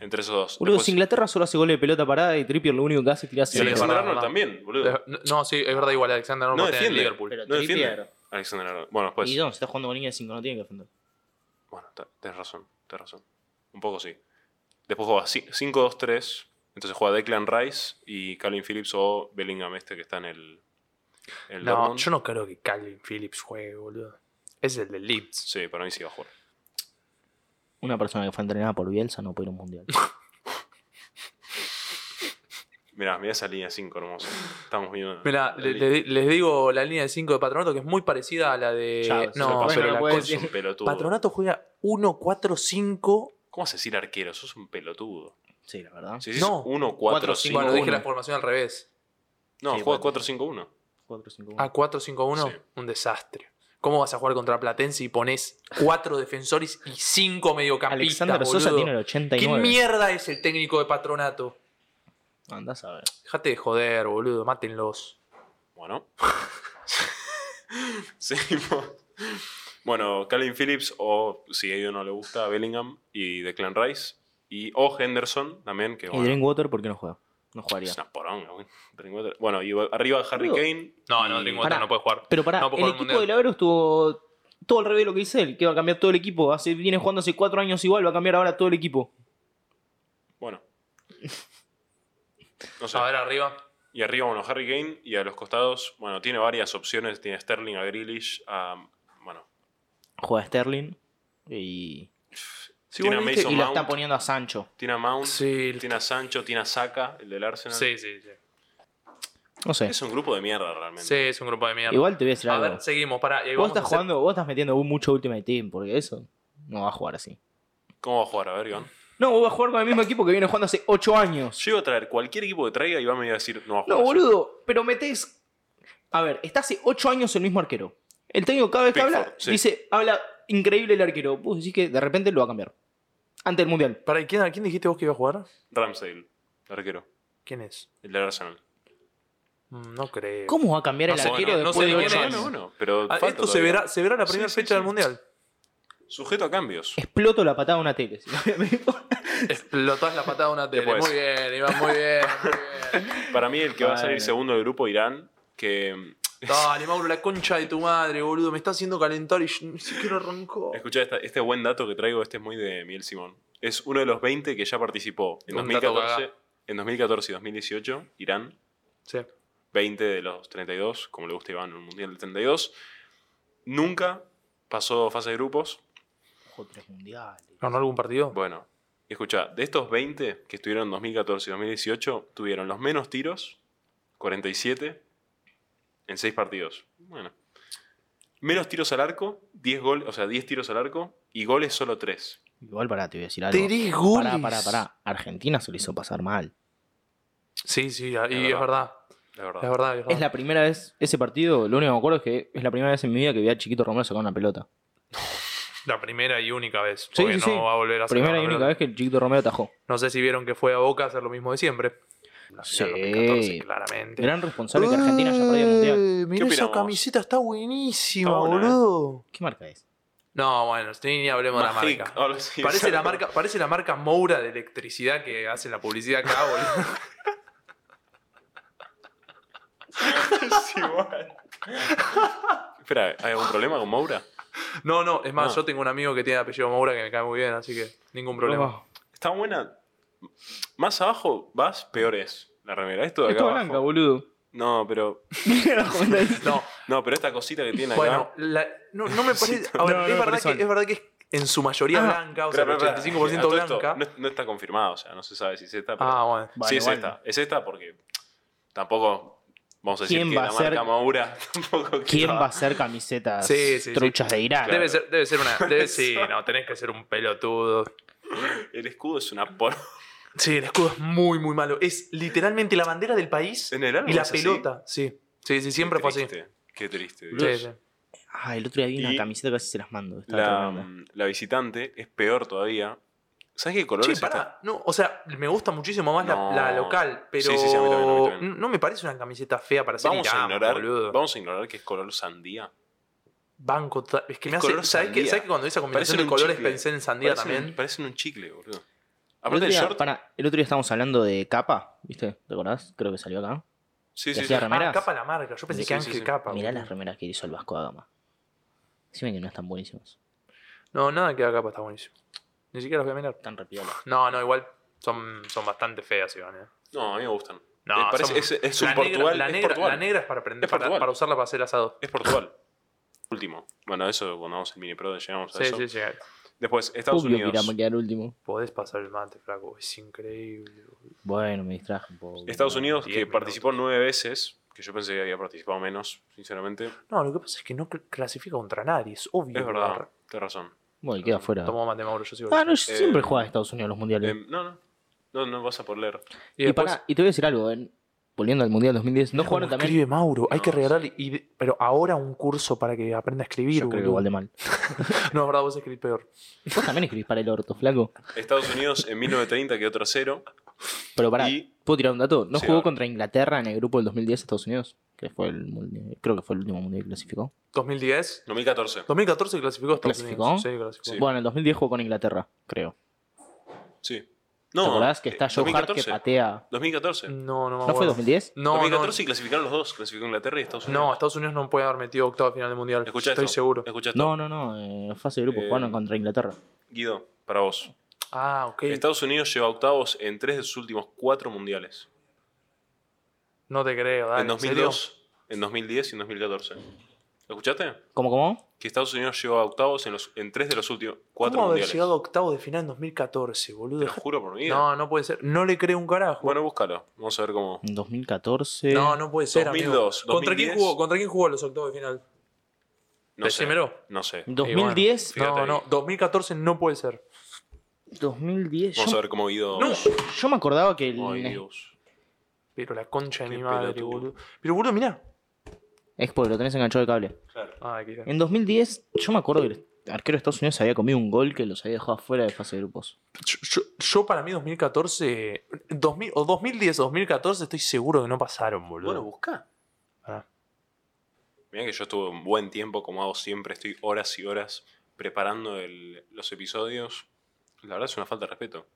[SPEAKER 2] entre esos dos.
[SPEAKER 4] Boludo,
[SPEAKER 2] Después-
[SPEAKER 4] si Inglaterra solo hace goles de pelota parada y Trippier lo único que hace es tirarse
[SPEAKER 2] y
[SPEAKER 3] Sí,
[SPEAKER 4] de
[SPEAKER 2] Alexander
[SPEAKER 3] verdad,
[SPEAKER 2] Arnold
[SPEAKER 3] verdad.
[SPEAKER 2] también, boludo.
[SPEAKER 3] Eh, no- No, sí, es verdad, igual Alexander Arnold
[SPEAKER 2] No
[SPEAKER 3] está en el
[SPEAKER 2] defiende.
[SPEAKER 3] Liverpool.
[SPEAKER 4] Pero
[SPEAKER 2] No defiende.
[SPEAKER 4] Trippier.
[SPEAKER 2] Alexander Arnold. Bueno, después.
[SPEAKER 4] Y Don, se está jugando con línea de 5, no tiene que defender.
[SPEAKER 2] Bueno, ta- tenés razón, tenés razón. Un poco sí. Después juega ci- 5-2-3. Entonces juega Declan Rice y Calvin Phillips o Bellingham este que está en el, en el
[SPEAKER 3] No,
[SPEAKER 2] Dortmund.
[SPEAKER 3] yo no creo que Calvin Phillips juegue, boludo. Es el de Leeds.
[SPEAKER 2] Sí, para mí sí va a jugar.
[SPEAKER 4] Una persona que fue entrenada por Bielsa no puede ir a un mundial.
[SPEAKER 2] Mirá, mirá esa línea 5 hermosa. Estamos viendo.
[SPEAKER 3] Mira,
[SPEAKER 2] la
[SPEAKER 3] le-
[SPEAKER 2] línea.
[SPEAKER 3] le- les digo la línea de 5 de Patronato que es muy parecida a la de.
[SPEAKER 4] Chávez.
[SPEAKER 3] no,
[SPEAKER 4] Bueno,
[SPEAKER 3] pero
[SPEAKER 4] no
[SPEAKER 3] la
[SPEAKER 4] puede
[SPEAKER 3] cosa-
[SPEAKER 2] Sos un pelotudo.
[SPEAKER 3] Patronato juega 1-4-5.
[SPEAKER 2] ¿Cómo vas a decir arquero? Sos un pelotudo.
[SPEAKER 4] Sí, la verdad.
[SPEAKER 2] Si decís
[SPEAKER 3] No.
[SPEAKER 2] 1,
[SPEAKER 4] Cuatro,
[SPEAKER 2] 4,
[SPEAKER 4] cinco,
[SPEAKER 2] 5.
[SPEAKER 3] Bueno, dije
[SPEAKER 4] uno.
[SPEAKER 3] la formación al revés.
[SPEAKER 2] No,
[SPEAKER 4] Sí,
[SPEAKER 2] juega
[SPEAKER 4] bueno.
[SPEAKER 2] 4, 5, 1.
[SPEAKER 4] 4, 5, 1.
[SPEAKER 3] A 4-5-1,
[SPEAKER 2] Sí.
[SPEAKER 3] un desastre. ¿Cómo vas a jugar contra Platense y pones 4 defensores y 5 mediocampistas?
[SPEAKER 4] Alexander Sosa
[SPEAKER 3] boludo?
[SPEAKER 4] tiene el
[SPEAKER 3] ¿Qué
[SPEAKER 4] 89.
[SPEAKER 3] mierda es el técnico de Patronato?
[SPEAKER 4] Andás a ver.
[SPEAKER 3] Dejate de joder, boludo, mátenlos.
[SPEAKER 2] Bueno. Seguimos. Bueno, Calvin Phillips o, si a ellos no le gusta, Bellingham y Declan Rice. Y o Henderson también, que
[SPEAKER 4] Y
[SPEAKER 2] bueno,
[SPEAKER 4] Drinkwater, ¿por qué no juega? No jugaría.
[SPEAKER 2] es una poronga. güey. Drinkwater- Bueno, y arriba Harry
[SPEAKER 4] Boludo.
[SPEAKER 2] Kane.
[SPEAKER 3] No, no,
[SPEAKER 2] y-
[SPEAKER 3] Drinkwater
[SPEAKER 4] Pará.
[SPEAKER 3] no puede jugar.
[SPEAKER 4] Pero pará,
[SPEAKER 3] No,
[SPEAKER 4] el
[SPEAKER 3] porque el
[SPEAKER 4] equipo
[SPEAKER 3] Mundial-
[SPEAKER 4] del Agro estuvo todo al revés de lo que dice él, que va a cambiar todo el equipo. Hace, viene jugando hace cuatro años igual, va a cambiar ahora todo el equipo.
[SPEAKER 2] Bueno. No sé.
[SPEAKER 3] A ver arriba.
[SPEAKER 2] Y arriba, bueno, Harry Kane y a los costados, bueno, tiene varias opciones. Tiene a Sterling, a Grealish, a. Bueno.
[SPEAKER 4] Juega Sterling y,
[SPEAKER 2] tiene a
[SPEAKER 4] y
[SPEAKER 2] Mason
[SPEAKER 4] lo está
[SPEAKER 2] Mount.
[SPEAKER 4] poniendo a Sancho.
[SPEAKER 2] Tiene a Mount.
[SPEAKER 3] Sí, el-
[SPEAKER 2] Tiene a Sancho, tiene a Saka, el del Arsenal.
[SPEAKER 3] sí, sí, sí.
[SPEAKER 4] No sé.
[SPEAKER 2] Es un grupo de mierda realmente.
[SPEAKER 3] Sí, es un grupo de mierda.
[SPEAKER 4] Igual te voy a decir
[SPEAKER 3] a
[SPEAKER 4] algo.
[SPEAKER 3] ver, seguimos, pará. y
[SPEAKER 4] vos
[SPEAKER 3] vamos a
[SPEAKER 4] estás
[SPEAKER 3] hacer-
[SPEAKER 4] jugando, vos estás metiendo mucho Ultimate Team, porque eso no va a jugar así.
[SPEAKER 2] ¿Cómo va a jugar? A ver, Iván.
[SPEAKER 4] No, vos vas a jugar con el mismo equipo que viene jugando hace ocho años.
[SPEAKER 2] Yo iba a traer cualquier equipo que traiga y Iván me iba a decir, no va a jugar.
[SPEAKER 4] No,
[SPEAKER 2] así.
[SPEAKER 4] boludo, pero metés. A ver, está hace 8 años el mismo arquero. El técnico cada vez que
[SPEAKER 2] Pickford,
[SPEAKER 4] habla,
[SPEAKER 2] sí.
[SPEAKER 4] dice, habla increíble el arquero. Vos decís que de repente lo va a cambiar. Antes del mundial.
[SPEAKER 3] Pará, ¿y quién, a quién dijiste vos que iba a jugar?
[SPEAKER 2] Ramsdale, arquero,
[SPEAKER 3] ¿Quién es?
[SPEAKER 2] el del Arsenal.
[SPEAKER 3] Mm, No creo.
[SPEAKER 4] ¿Cómo va a cambiar el
[SPEAKER 3] sé,
[SPEAKER 4] arquero
[SPEAKER 3] no, no
[SPEAKER 4] después
[SPEAKER 3] sé
[SPEAKER 4] de
[SPEAKER 3] ni
[SPEAKER 4] 8
[SPEAKER 3] quién
[SPEAKER 2] Bueno,
[SPEAKER 4] años?
[SPEAKER 3] es.
[SPEAKER 2] bueno, pero
[SPEAKER 3] Ah,
[SPEAKER 2] falta
[SPEAKER 3] esto se
[SPEAKER 2] todavía.
[SPEAKER 3] verá, se verá la
[SPEAKER 2] Sí,
[SPEAKER 3] primera
[SPEAKER 2] sí,
[SPEAKER 3] fecha
[SPEAKER 2] sí.
[SPEAKER 3] del mundial.
[SPEAKER 2] Sujeto a cambios.
[SPEAKER 4] Exploto la patada de una tele.
[SPEAKER 3] Explotás la patada de una tele.
[SPEAKER 2] Después.
[SPEAKER 3] Muy bien, Iván, muy bien, muy bien.
[SPEAKER 2] Para mí el que va a salir
[SPEAKER 4] Bueno.
[SPEAKER 2] segundo del grupo Irán, que
[SPEAKER 3] Dale, Mauro, la concha de tu madre, boludo. Me está haciendo calentar y yo ni siquiera arrancó.
[SPEAKER 2] escucha este buen dato que traigo, este es muy de Miguel Simón. Es uno de los 20 que ya participó en
[SPEAKER 3] Un dato
[SPEAKER 2] 2014,
[SPEAKER 3] cagá.
[SPEAKER 2] en 2014 y 2018, Irán,
[SPEAKER 3] Sí.
[SPEAKER 2] 20 de los 32, como le gusta a Iván en el Mundial del 32. Nunca pasó fase de grupos.
[SPEAKER 4] tres mundiales.
[SPEAKER 3] ¿Ganó algún partido?
[SPEAKER 2] Bueno, escucha, de estos 20 que estuvieron en 2014 y 2018, tuvieron los menos tiros, 47, en 6 partidos. Bueno. Menos tiros al arco, 10 goles, o sea, 10 tiros al arco y goles solo 3.
[SPEAKER 4] Igual pará, te voy a decir algo.
[SPEAKER 3] Tres goles.
[SPEAKER 4] Pará, pará, pará. Argentina se lo hizo pasar mal.
[SPEAKER 3] Sí, sí, y es
[SPEAKER 2] verdad.
[SPEAKER 3] verdad.
[SPEAKER 2] La verdad.
[SPEAKER 3] Es verdad, es verdad.
[SPEAKER 4] Es la primera vez, ese partido, lo único que me acuerdo es que es la primera vez en mi vida que vi a Chiquito Romero sacar una pelota.
[SPEAKER 3] La primera y única vez.
[SPEAKER 4] Sí,
[SPEAKER 3] Porque
[SPEAKER 4] sí, sí.
[SPEAKER 3] no va a
[SPEAKER 2] Ah,
[SPEAKER 3] volver a sacar
[SPEAKER 4] Primera
[SPEAKER 3] la
[SPEAKER 4] y única
[SPEAKER 3] pelota.
[SPEAKER 4] vez que el Chiquito Romero atajó.
[SPEAKER 3] No sé si vieron que fue a Boca a hacer lo mismo de siempre. La
[SPEAKER 4] Sí.
[SPEAKER 3] final 2014, claramente.
[SPEAKER 4] Gran responsable que Argentina haya
[SPEAKER 3] Uh.
[SPEAKER 4] perdido el mundial.
[SPEAKER 3] Eh,
[SPEAKER 2] ¿Qué opinamos?
[SPEAKER 3] está buenísima,
[SPEAKER 2] Está buena,
[SPEAKER 4] ¿Qué marca es?
[SPEAKER 3] No, bueno, ni ni hablemos de la
[SPEAKER 2] Magic,
[SPEAKER 3] marca.
[SPEAKER 2] ahora sí,
[SPEAKER 3] Parece la
[SPEAKER 2] exacto.
[SPEAKER 3] marca, parece la marca Moura de electricidad que hace la publicidad acá, boludo.
[SPEAKER 2] Es igual. Espera, ¿hay algún problema con Moura?
[SPEAKER 3] No, no, es más,
[SPEAKER 2] Ah.
[SPEAKER 3] yo tengo un amigo que tiene apellido Moura que me cae muy bien, así que ningún problema.
[SPEAKER 4] Oh,
[SPEAKER 2] Está buena. Más abajo vas, peor es la remera. Esto de
[SPEAKER 4] es
[SPEAKER 2] acá
[SPEAKER 4] toda
[SPEAKER 2] abajo.
[SPEAKER 4] blanca, boludo.
[SPEAKER 2] No, pero
[SPEAKER 4] Mira la jugada ahí.
[SPEAKER 3] No,
[SPEAKER 2] no, pero esta cosita que tiene acá.
[SPEAKER 3] bueno, la- no, no me parece. A ver,
[SPEAKER 4] No, no
[SPEAKER 3] es,
[SPEAKER 4] me
[SPEAKER 3] verdad
[SPEAKER 4] parece
[SPEAKER 3] que,
[SPEAKER 4] mal.
[SPEAKER 3] es verdad que es en su mayoría
[SPEAKER 4] Ah.
[SPEAKER 3] blanca, o sea, el
[SPEAKER 2] Espera, espera, espera.
[SPEAKER 3] 85%
[SPEAKER 2] A todo esto,
[SPEAKER 3] blanca.
[SPEAKER 2] no, es- no está confirmado, o sea, no se sabe si es esta. Pero
[SPEAKER 3] Ah, bueno.
[SPEAKER 2] sí,
[SPEAKER 4] Bueno,
[SPEAKER 2] es
[SPEAKER 4] bueno.
[SPEAKER 2] esta. Es esta porque tampoco vamos a decir
[SPEAKER 4] ¿Quién
[SPEAKER 2] que
[SPEAKER 4] va
[SPEAKER 2] la
[SPEAKER 4] a ser-
[SPEAKER 2] marca Maura tampoco. que-
[SPEAKER 4] ¿Quién va a hacer camisetas
[SPEAKER 3] Sí, sí, sí.
[SPEAKER 4] truchas de Irán?
[SPEAKER 2] Claro.
[SPEAKER 3] Debe ser, debe ser una. Debe, sí, no, tenés que ser un pelotudo.
[SPEAKER 2] El escudo es una por.
[SPEAKER 3] Sí, el escudo es muy, muy malo. Es literalmente la bandera del país
[SPEAKER 2] En el álbum
[SPEAKER 3] y la
[SPEAKER 2] es así.
[SPEAKER 3] pelota. Sí, sí, sí, siempre
[SPEAKER 2] Qué
[SPEAKER 3] fue así.
[SPEAKER 2] triste, Qué triste. Dios.
[SPEAKER 3] Sí, sí.
[SPEAKER 4] Ah, el otro día vi una
[SPEAKER 2] Y-
[SPEAKER 4] camiseta que casi se las mando. estaba
[SPEAKER 2] La, um, mm,
[SPEAKER 4] tremenda.
[SPEAKER 2] la visitante es peor todavía. ¿Sabes qué color
[SPEAKER 3] Che,
[SPEAKER 2] es
[SPEAKER 3] pará,
[SPEAKER 2] esta?
[SPEAKER 3] No, o sea, me gusta muchísimo más la-
[SPEAKER 2] No.
[SPEAKER 3] la, local, pero
[SPEAKER 2] Sí, sí, sí, a mí también, a mí también.
[SPEAKER 3] no me parece una camiseta fea para ser
[SPEAKER 2] Vamos a,
[SPEAKER 3] Irán,
[SPEAKER 2] ignorar,
[SPEAKER 3] boludo.
[SPEAKER 2] vamos a ignorar que es color sandía.
[SPEAKER 3] Banco, ta- es que me
[SPEAKER 2] Es
[SPEAKER 3] hace,
[SPEAKER 2] color
[SPEAKER 3] ¿sabes que,
[SPEAKER 2] sandía.
[SPEAKER 3] ¿sabes que cuando hice
[SPEAKER 2] Parecen
[SPEAKER 3] combinación de
[SPEAKER 2] un
[SPEAKER 3] colores
[SPEAKER 2] chicle.
[SPEAKER 3] pensé en sandía
[SPEAKER 2] Parecen-
[SPEAKER 3] también?
[SPEAKER 2] Parecen un chicle, boludo.
[SPEAKER 4] El otro,
[SPEAKER 2] Aparte del
[SPEAKER 4] día,
[SPEAKER 2] short.
[SPEAKER 4] pará, el otro día estábamos hablando de capa, ¿viste? ¿Te acordás? Creo que salió acá.
[SPEAKER 2] Sí,
[SPEAKER 4] que
[SPEAKER 2] sí, sí.
[SPEAKER 4] hacía remeras.
[SPEAKER 3] Ah, capa la marca, yo pensé
[SPEAKER 2] Sí, sí,
[SPEAKER 3] que Ángel
[SPEAKER 2] sí, sí.
[SPEAKER 3] capa.
[SPEAKER 4] Mirá
[SPEAKER 3] boludo.
[SPEAKER 4] las remeras que hizo el Vasco da Gama. Decime que no están buenísimas.
[SPEAKER 3] No, nada que haga capa está buenísimo. Ni siquiera las voy a mirar.
[SPEAKER 4] Están repiolas.
[SPEAKER 3] No, no, igual son, son bastante feas, Iván. eh.
[SPEAKER 2] No, a mí me gustan.
[SPEAKER 3] No,
[SPEAKER 2] Eh, parece-
[SPEAKER 3] son-
[SPEAKER 2] es, es un
[SPEAKER 3] la negra-
[SPEAKER 2] Portugal.
[SPEAKER 3] la
[SPEAKER 2] es
[SPEAKER 3] negra-
[SPEAKER 2] Portugal.
[SPEAKER 3] la negra es para prender,
[SPEAKER 2] Es
[SPEAKER 3] para,
[SPEAKER 2] Portugal.
[SPEAKER 3] para usarla para hacer asado.
[SPEAKER 2] Es Portugal. Último. Bueno, eso cuando vamos al mini pro llegamos a
[SPEAKER 3] Sí,
[SPEAKER 2] eso.
[SPEAKER 3] sí, sí.
[SPEAKER 2] Después, Estados
[SPEAKER 4] Obvio que
[SPEAKER 2] Unidos.
[SPEAKER 4] irán a quedar último.
[SPEAKER 3] Podés pasar el mate, flaco. Es increíble. boludo.
[SPEAKER 4] Bueno, me distraje un poco.
[SPEAKER 2] Estados Unidos,
[SPEAKER 3] Diez
[SPEAKER 2] que
[SPEAKER 3] minutos.
[SPEAKER 2] participó nueve veces, que yo pensé que había participado menos, sinceramente.
[SPEAKER 3] No, lo que pasa es que no cl- clasifica contra nadie, es obvio.
[SPEAKER 2] Es verdad, tienes razón.
[SPEAKER 4] Bueno, y queda afuera.
[SPEAKER 3] Tomó mate, Mauro, yo sigo.
[SPEAKER 4] Ah, no, yo
[SPEAKER 2] Eh,
[SPEAKER 4] siempre jugaba a Estados Unidos los mundiales.
[SPEAKER 2] Em, no, no, no, no vas a por leer.
[SPEAKER 4] y, pará, y te voy a decir algo, en- volviendo al mundial 2010. ¿No jugaron también?
[SPEAKER 3] Escribe Mauro, hay que
[SPEAKER 2] No,
[SPEAKER 3] regalarle. y de- pero ahora un curso para que aprenda a escribir.
[SPEAKER 4] Yo creo que
[SPEAKER 3] boludo.
[SPEAKER 4] igual de mal.
[SPEAKER 3] No, es verdad, vos escribís peor.
[SPEAKER 4] Vos también escribís para el orto, flaco.
[SPEAKER 2] Estados Unidos en 1930 quedó tercero.
[SPEAKER 4] Pero pará,
[SPEAKER 2] Y-
[SPEAKER 4] ¿puedo tirar un dato? ¿No
[SPEAKER 2] Sí, a
[SPEAKER 4] jugó
[SPEAKER 2] ver.
[SPEAKER 4] contra Inglaterra en el grupo del 2010 Estados Unidos? Que fue el mundi- creo que fue el último mundial que clasificó.
[SPEAKER 3] 2010.
[SPEAKER 2] 2014.
[SPEAKER 3] 2014 clasificó a Estados
[SPEAKER 4] ¿Clasificó?
[SPEAKER 3] Unidos. Sí, clasificó.
[SPEAKER 2] Sí.
[SPEAKER 4] Bueno, en el 2010 jugó con Inglaterra, creo.
[SPEAKER 2] Sí. No,
[SPEAKER 4] ¿Te acordás que
[SPEAKER 2] eh,
[SPEAKER 4] está Joe Hart que
[SPEAKER 2] 2014.
[SPEAKER 4] patea?
[SPEAKER 2] 2014.
[SPEAKER 3] No, no me
[SPEAKER 4] ¿No fue
[SPEAKER 3] acuerdo.
[SPEAKER 4] 2010?
[SPEAKER 3] No,
[SPEAKER 2] 2014 y clasificaron los dos. Clasificó Inglaterra y Estados
[SPEAKER 3] no,
[SPEAKER 2] Unidos.
[SPEAKER 3] no, Estados Unidos no puede haber metido octavo final del mundial.
[SPEAKER 2] Escuchá
[SPEAKER 3] estoy
[SPEAKER 2] esto,
[SPEAKER 3] seguro.
[SPEAKER 2] escuchá esto.
[SPEAKER 4] No, no, no. eh, fase de grupo
[SPEAKER 2] Eh,
[SPEAKER 4] jugaron contra Inglaterra.
[SPEAKER 2] Guido, para vos.
[SPEAKER 3] Ah, ok.
[SPEAKER 2] Estados Unidos lleva octavos en tres de sus últimos cuatro mundiales.
[SPEAKER 3] No te creo, dale.
[SPEAKER 2] en 2002, en 2010 y en 2014. ¿Escuchaste?
[SPEAKER 4] ¿Cómo, cómo?
[SPEAKER 2] Que Estados Unidos llegó a octavos en, los, en tres de los últimos cuatro
[SPEAKER 3] ¿Cómo haber
[SPEAKER 2] mundiales.
[SPEAKER 3] llegado a octavo de final en 2014, boludo?
[SPEAKER 2] Te lo juro por mi vida.
[SPEAKER 3] No, no puede ser. No le creo un carajo.
[SPEAKER 2] Bueno, búscalo. Vamos a ver cómo.
[SPEAKER 4] En 2014.
[SPEAKER 3] no, no puede ser. amigo.
[SPEAKER 2] 2002,
[SPEAKER 3] ¿Contra, quién
[SPEAKER 2] 2010.
[SPEAKER 3] jugó, ¿Contra quién jugó los octavos de final?
[SPEAKER 2] No sé.
[SPEAKER 3] Decímelo.
[SPEAKER 2] No sé.
[SPEAKER 4] 2010.
[SPEAKER 2] Y bueno,
[SPEAKER 3] No,
[SPEAKER 2] fíjate
[SPEAKER 3] no,
[SPEAKER 2] ahí.
[SPEAKER 3] 2014 no puede ser.
[SPEAKER 4] 2010.
[SPEAKER 2] Vamos
[SPEAKER 4] Yo,
[SPEAKER 2] a ver cómo Guido.
[SPEAKER 3] No.
[SPEAKER 4] yo me acordaba que el,
[SPEAKER 2] Ay, Dios.
[SPEAKER 3] Pero la concha de
[SPEAKER 2] Qué
[SPEAKER 3] mi madre,
[SPEAKER 2] pelotudo.
[SPEAKER 3] boludo. Pero boludo, mirá.
[SPEAKER 4] Es porque lo tenés enganchado de cable.
[SPEAKER 2] Claro.
[SPEAKER 3] Ay, qué-
[SPEAKER 4] En 2010, yo me acuerdo que el arquero de Estados Unidos había comido un gol que los había dejado fuera de fase de grupos.
[SPEAKER 3] Yo, yo- yo para mí 2014, 2000, o 2010 o 2014 estoy seguro que no pasaron, boludo.
[SPEAKER 2] Bueno, busca.
[SPEAKER 3] Pará.
[SPEAKER 2] Mira que yo estuve un buen tiempo, como hago siempre, estoy horas y horas preparando el- los episodios. La verdad es una falta de respeto.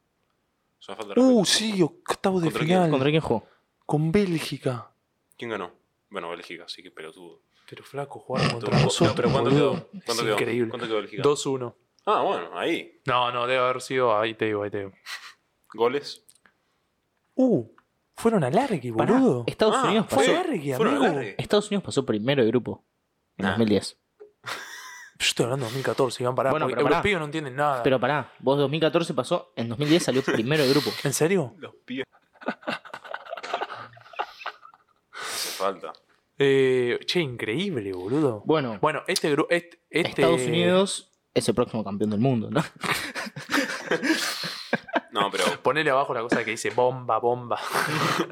[SPEAKER 2] Es una falta de respeto.
[SPEAKER 3] Uh, sí, octavo de
[SPEAKER 2] ¿Contra
[SPEAKER 3] final.
[SPEAKER 4] ¿Contra quién jugó?
[SPEAKER 3] Con Bélgica.
[SPEAKER 2] ¿Quién ganó? Bueno, Bélgica, así que pelotudo.
[SPEAKER 3] Pero flaco, jugaron
[SPEAKER 2] Tú-
[SPEAKER 3] contra nosotros.
[SPEAKER 2] No, pero ¿cuánto
[SPEAKER 3] boludo.
[SPEAKER 2] quedó? ¿Cuánto
[SPEAKER 3] es
[SPEAKER 2] quedó?
[SPEAKER 3] increíble.
[SPEAKER 2] ¿Cuánto quedó Bélgica?
[SPEAKER 3] 2-1.
[SPEAKER 2] Ah, bueno, ahí.
[SPEAKER 3] No, no, debe haber sido. Ahí te digo, ahí te digo.
[SPEAKER 2] Goles.
[SPEAKER 3] Uh, fueron a Largui,
[SPEAKER 4] Pará,
[SPEAKER 3] boludo.
[SPEAKER 4] Estados
[SPEAKER 2] Ah,
[SPEAKER 4] Unidos
[SPEAKER 3] fue
[SPEAKER 4] pasó.
[SPEAKER 3] Largui,
[SPEAKER 2] Fueron Ah,
[SPEAKER 3] amigo.
[SPEAKER 2] alargue.
[SPEAKER 4] Estados Unidos pasó primero de grupo. En
[SPEAKER 2] Nah.
[SPEAKER 4] 2010.
[SPEAKER 3] Yo estoy hablando de 2014, Iván, pará.
[SPEAKER 4] Bueno,
[SPEAKER 3] porque
[SPEAKER 4] pero
[SPEAKER 3] los
[SPEAKER 4] pará.
[SPEAKER 3] pibes no entienden nada.
[SPEAKER 4] Pero pará, vos 2014 pasó, en 2010 salió primero de grupo.
[SPEAKER 3] ¿En serio?
[SPEAKER 2] Los pies. Hace falta.
[SPEAKER 3] Eh, che, increíble, boludo.
[SPEAKER 4] Bueno,
[SPEAKER 3] Bueno, este grupo. Este, este-
[SPEAKER 4] Estados Unidos es el próximo campeón del mundo, ¿no?
[SPEAKER 2] No, pero
[SPEAKER 3] Ponele abajo la cosa que dice bomba, bomba.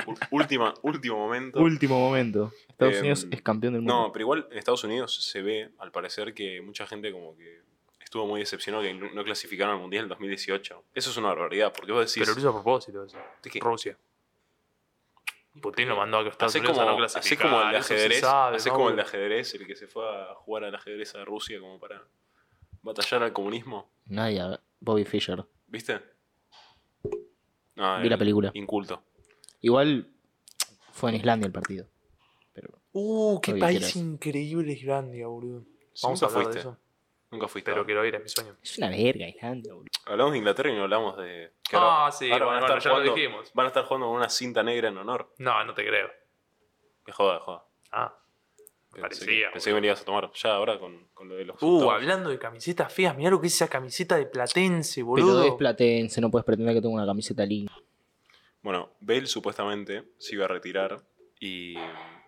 [SPEAKER 2] u- última, último momento.
[SPEAKER 4] Último momento. Estados
[SPEAKER 2] Em,
[SPEAKER 4] Unidos es campeón del mundo.
[SPEAKER 2] No, pero igual en Estados Unidos se ve, al parecer, que mucha gente como que estuvo muy decepcionada que no no clasificaron al Mundial en 2018. Eso es una barbaridad, porque vos decís...
[SPEAKER 3] Pero lo hizo a propósito eso.
[SPEAKER 2] ¿De qué?
[SPEAKER 3] Rusia. Putin lo mandó a que Estados
[SPEAKER 2] Así
[SPEAKER 3] Unidos
[SPEAKER 2] como,
[SPEAKER 3] a no
[SPEAKER 2] así
[SPEAKER 3] clasificar.
[SPEAKER 2] como el de
[SPEAKER 3] eso se
[SPEAKER 2] ajedrez,
[SPEAKER 3] sabe,
[SPEAKER 2] así
[SPEAKER 3] ¿no,
[SPEAKER 2] como el de
[SPEAKER 3] boludo?
[SPEAKER 2] ajedrez, el que se fue a jugar al ajedrez a Rusia como para batallar al comunismo,
[SPEAKER 4] Nadie, a- Bobby Fischer.
[SPEAKER 2] ¿viste? Ah,
[SPEAKER 4] Vi la
[SPEAKER 2] el
[SPEAKER 4] película.
[SPEAKER 2] Inculto.
[SPEAKER 4] Igual fue en Islandia el partido. Pero
[SPEAKER 3] Uh, qué
[SPEAKER 4] Lo que
[SPEAKER 3] país
[SPEAKER 4] quieras.
[SPEAKER 3] increíble Islandia, boludo.
[SPEAKER 2] Sí,
[SPEAKER 3] Vamos a
[SPEAKER 2] nunca
[SPEAKER 3] hablar
[SPEAKER 2] fuiste.
[SPEAKER 3] de eso.
[SPEAKER 2] Nunca fuiste.
[SPEAKER 3] Pero quiero ir, es mi sueño.
[SPEAKER 4] es una verga Islandia, boludo.
[SPEAKER 2] Hablamos de Inglaterra y no hablamos de. que
[SPEAKER 3] Ah, sí, bueno, bueno, ya lo
[SPEAKER 2] jugando,
[SPEAKER 3] dijimos.
[SPEAKER 2] Van a estar jugando con una cinta negra en honor.
[SPEAKER 3] No, no te creo.
[SPEAKER 2] Que joda, joda.
[SPEAKER 3] Ah.
[SPEAKER 2] Pensé,
[SPEAKER 3] Parecía,
[SPEAKER 2] que-
[SPEAKER 3] boludo.
[SPEAKER 2] pensé que me la ibas a tomar ya ahora con, con lo de los.
[SPEAKER 3] Uh,
[SPEAKER 2] octavos.
[SPEAKER 3] hablando de camisetas feas, mirá lo que es esa camiseta de Platense,
[SPEAKER 4] Pero
[SPEAKER 3] boludo.
[SPEAKER 4] es platense, no puedes pretender que tenga una camiseta linda.
[SPEAKER 2] Bueno, Bale supuestamente se iba a retirar y mm,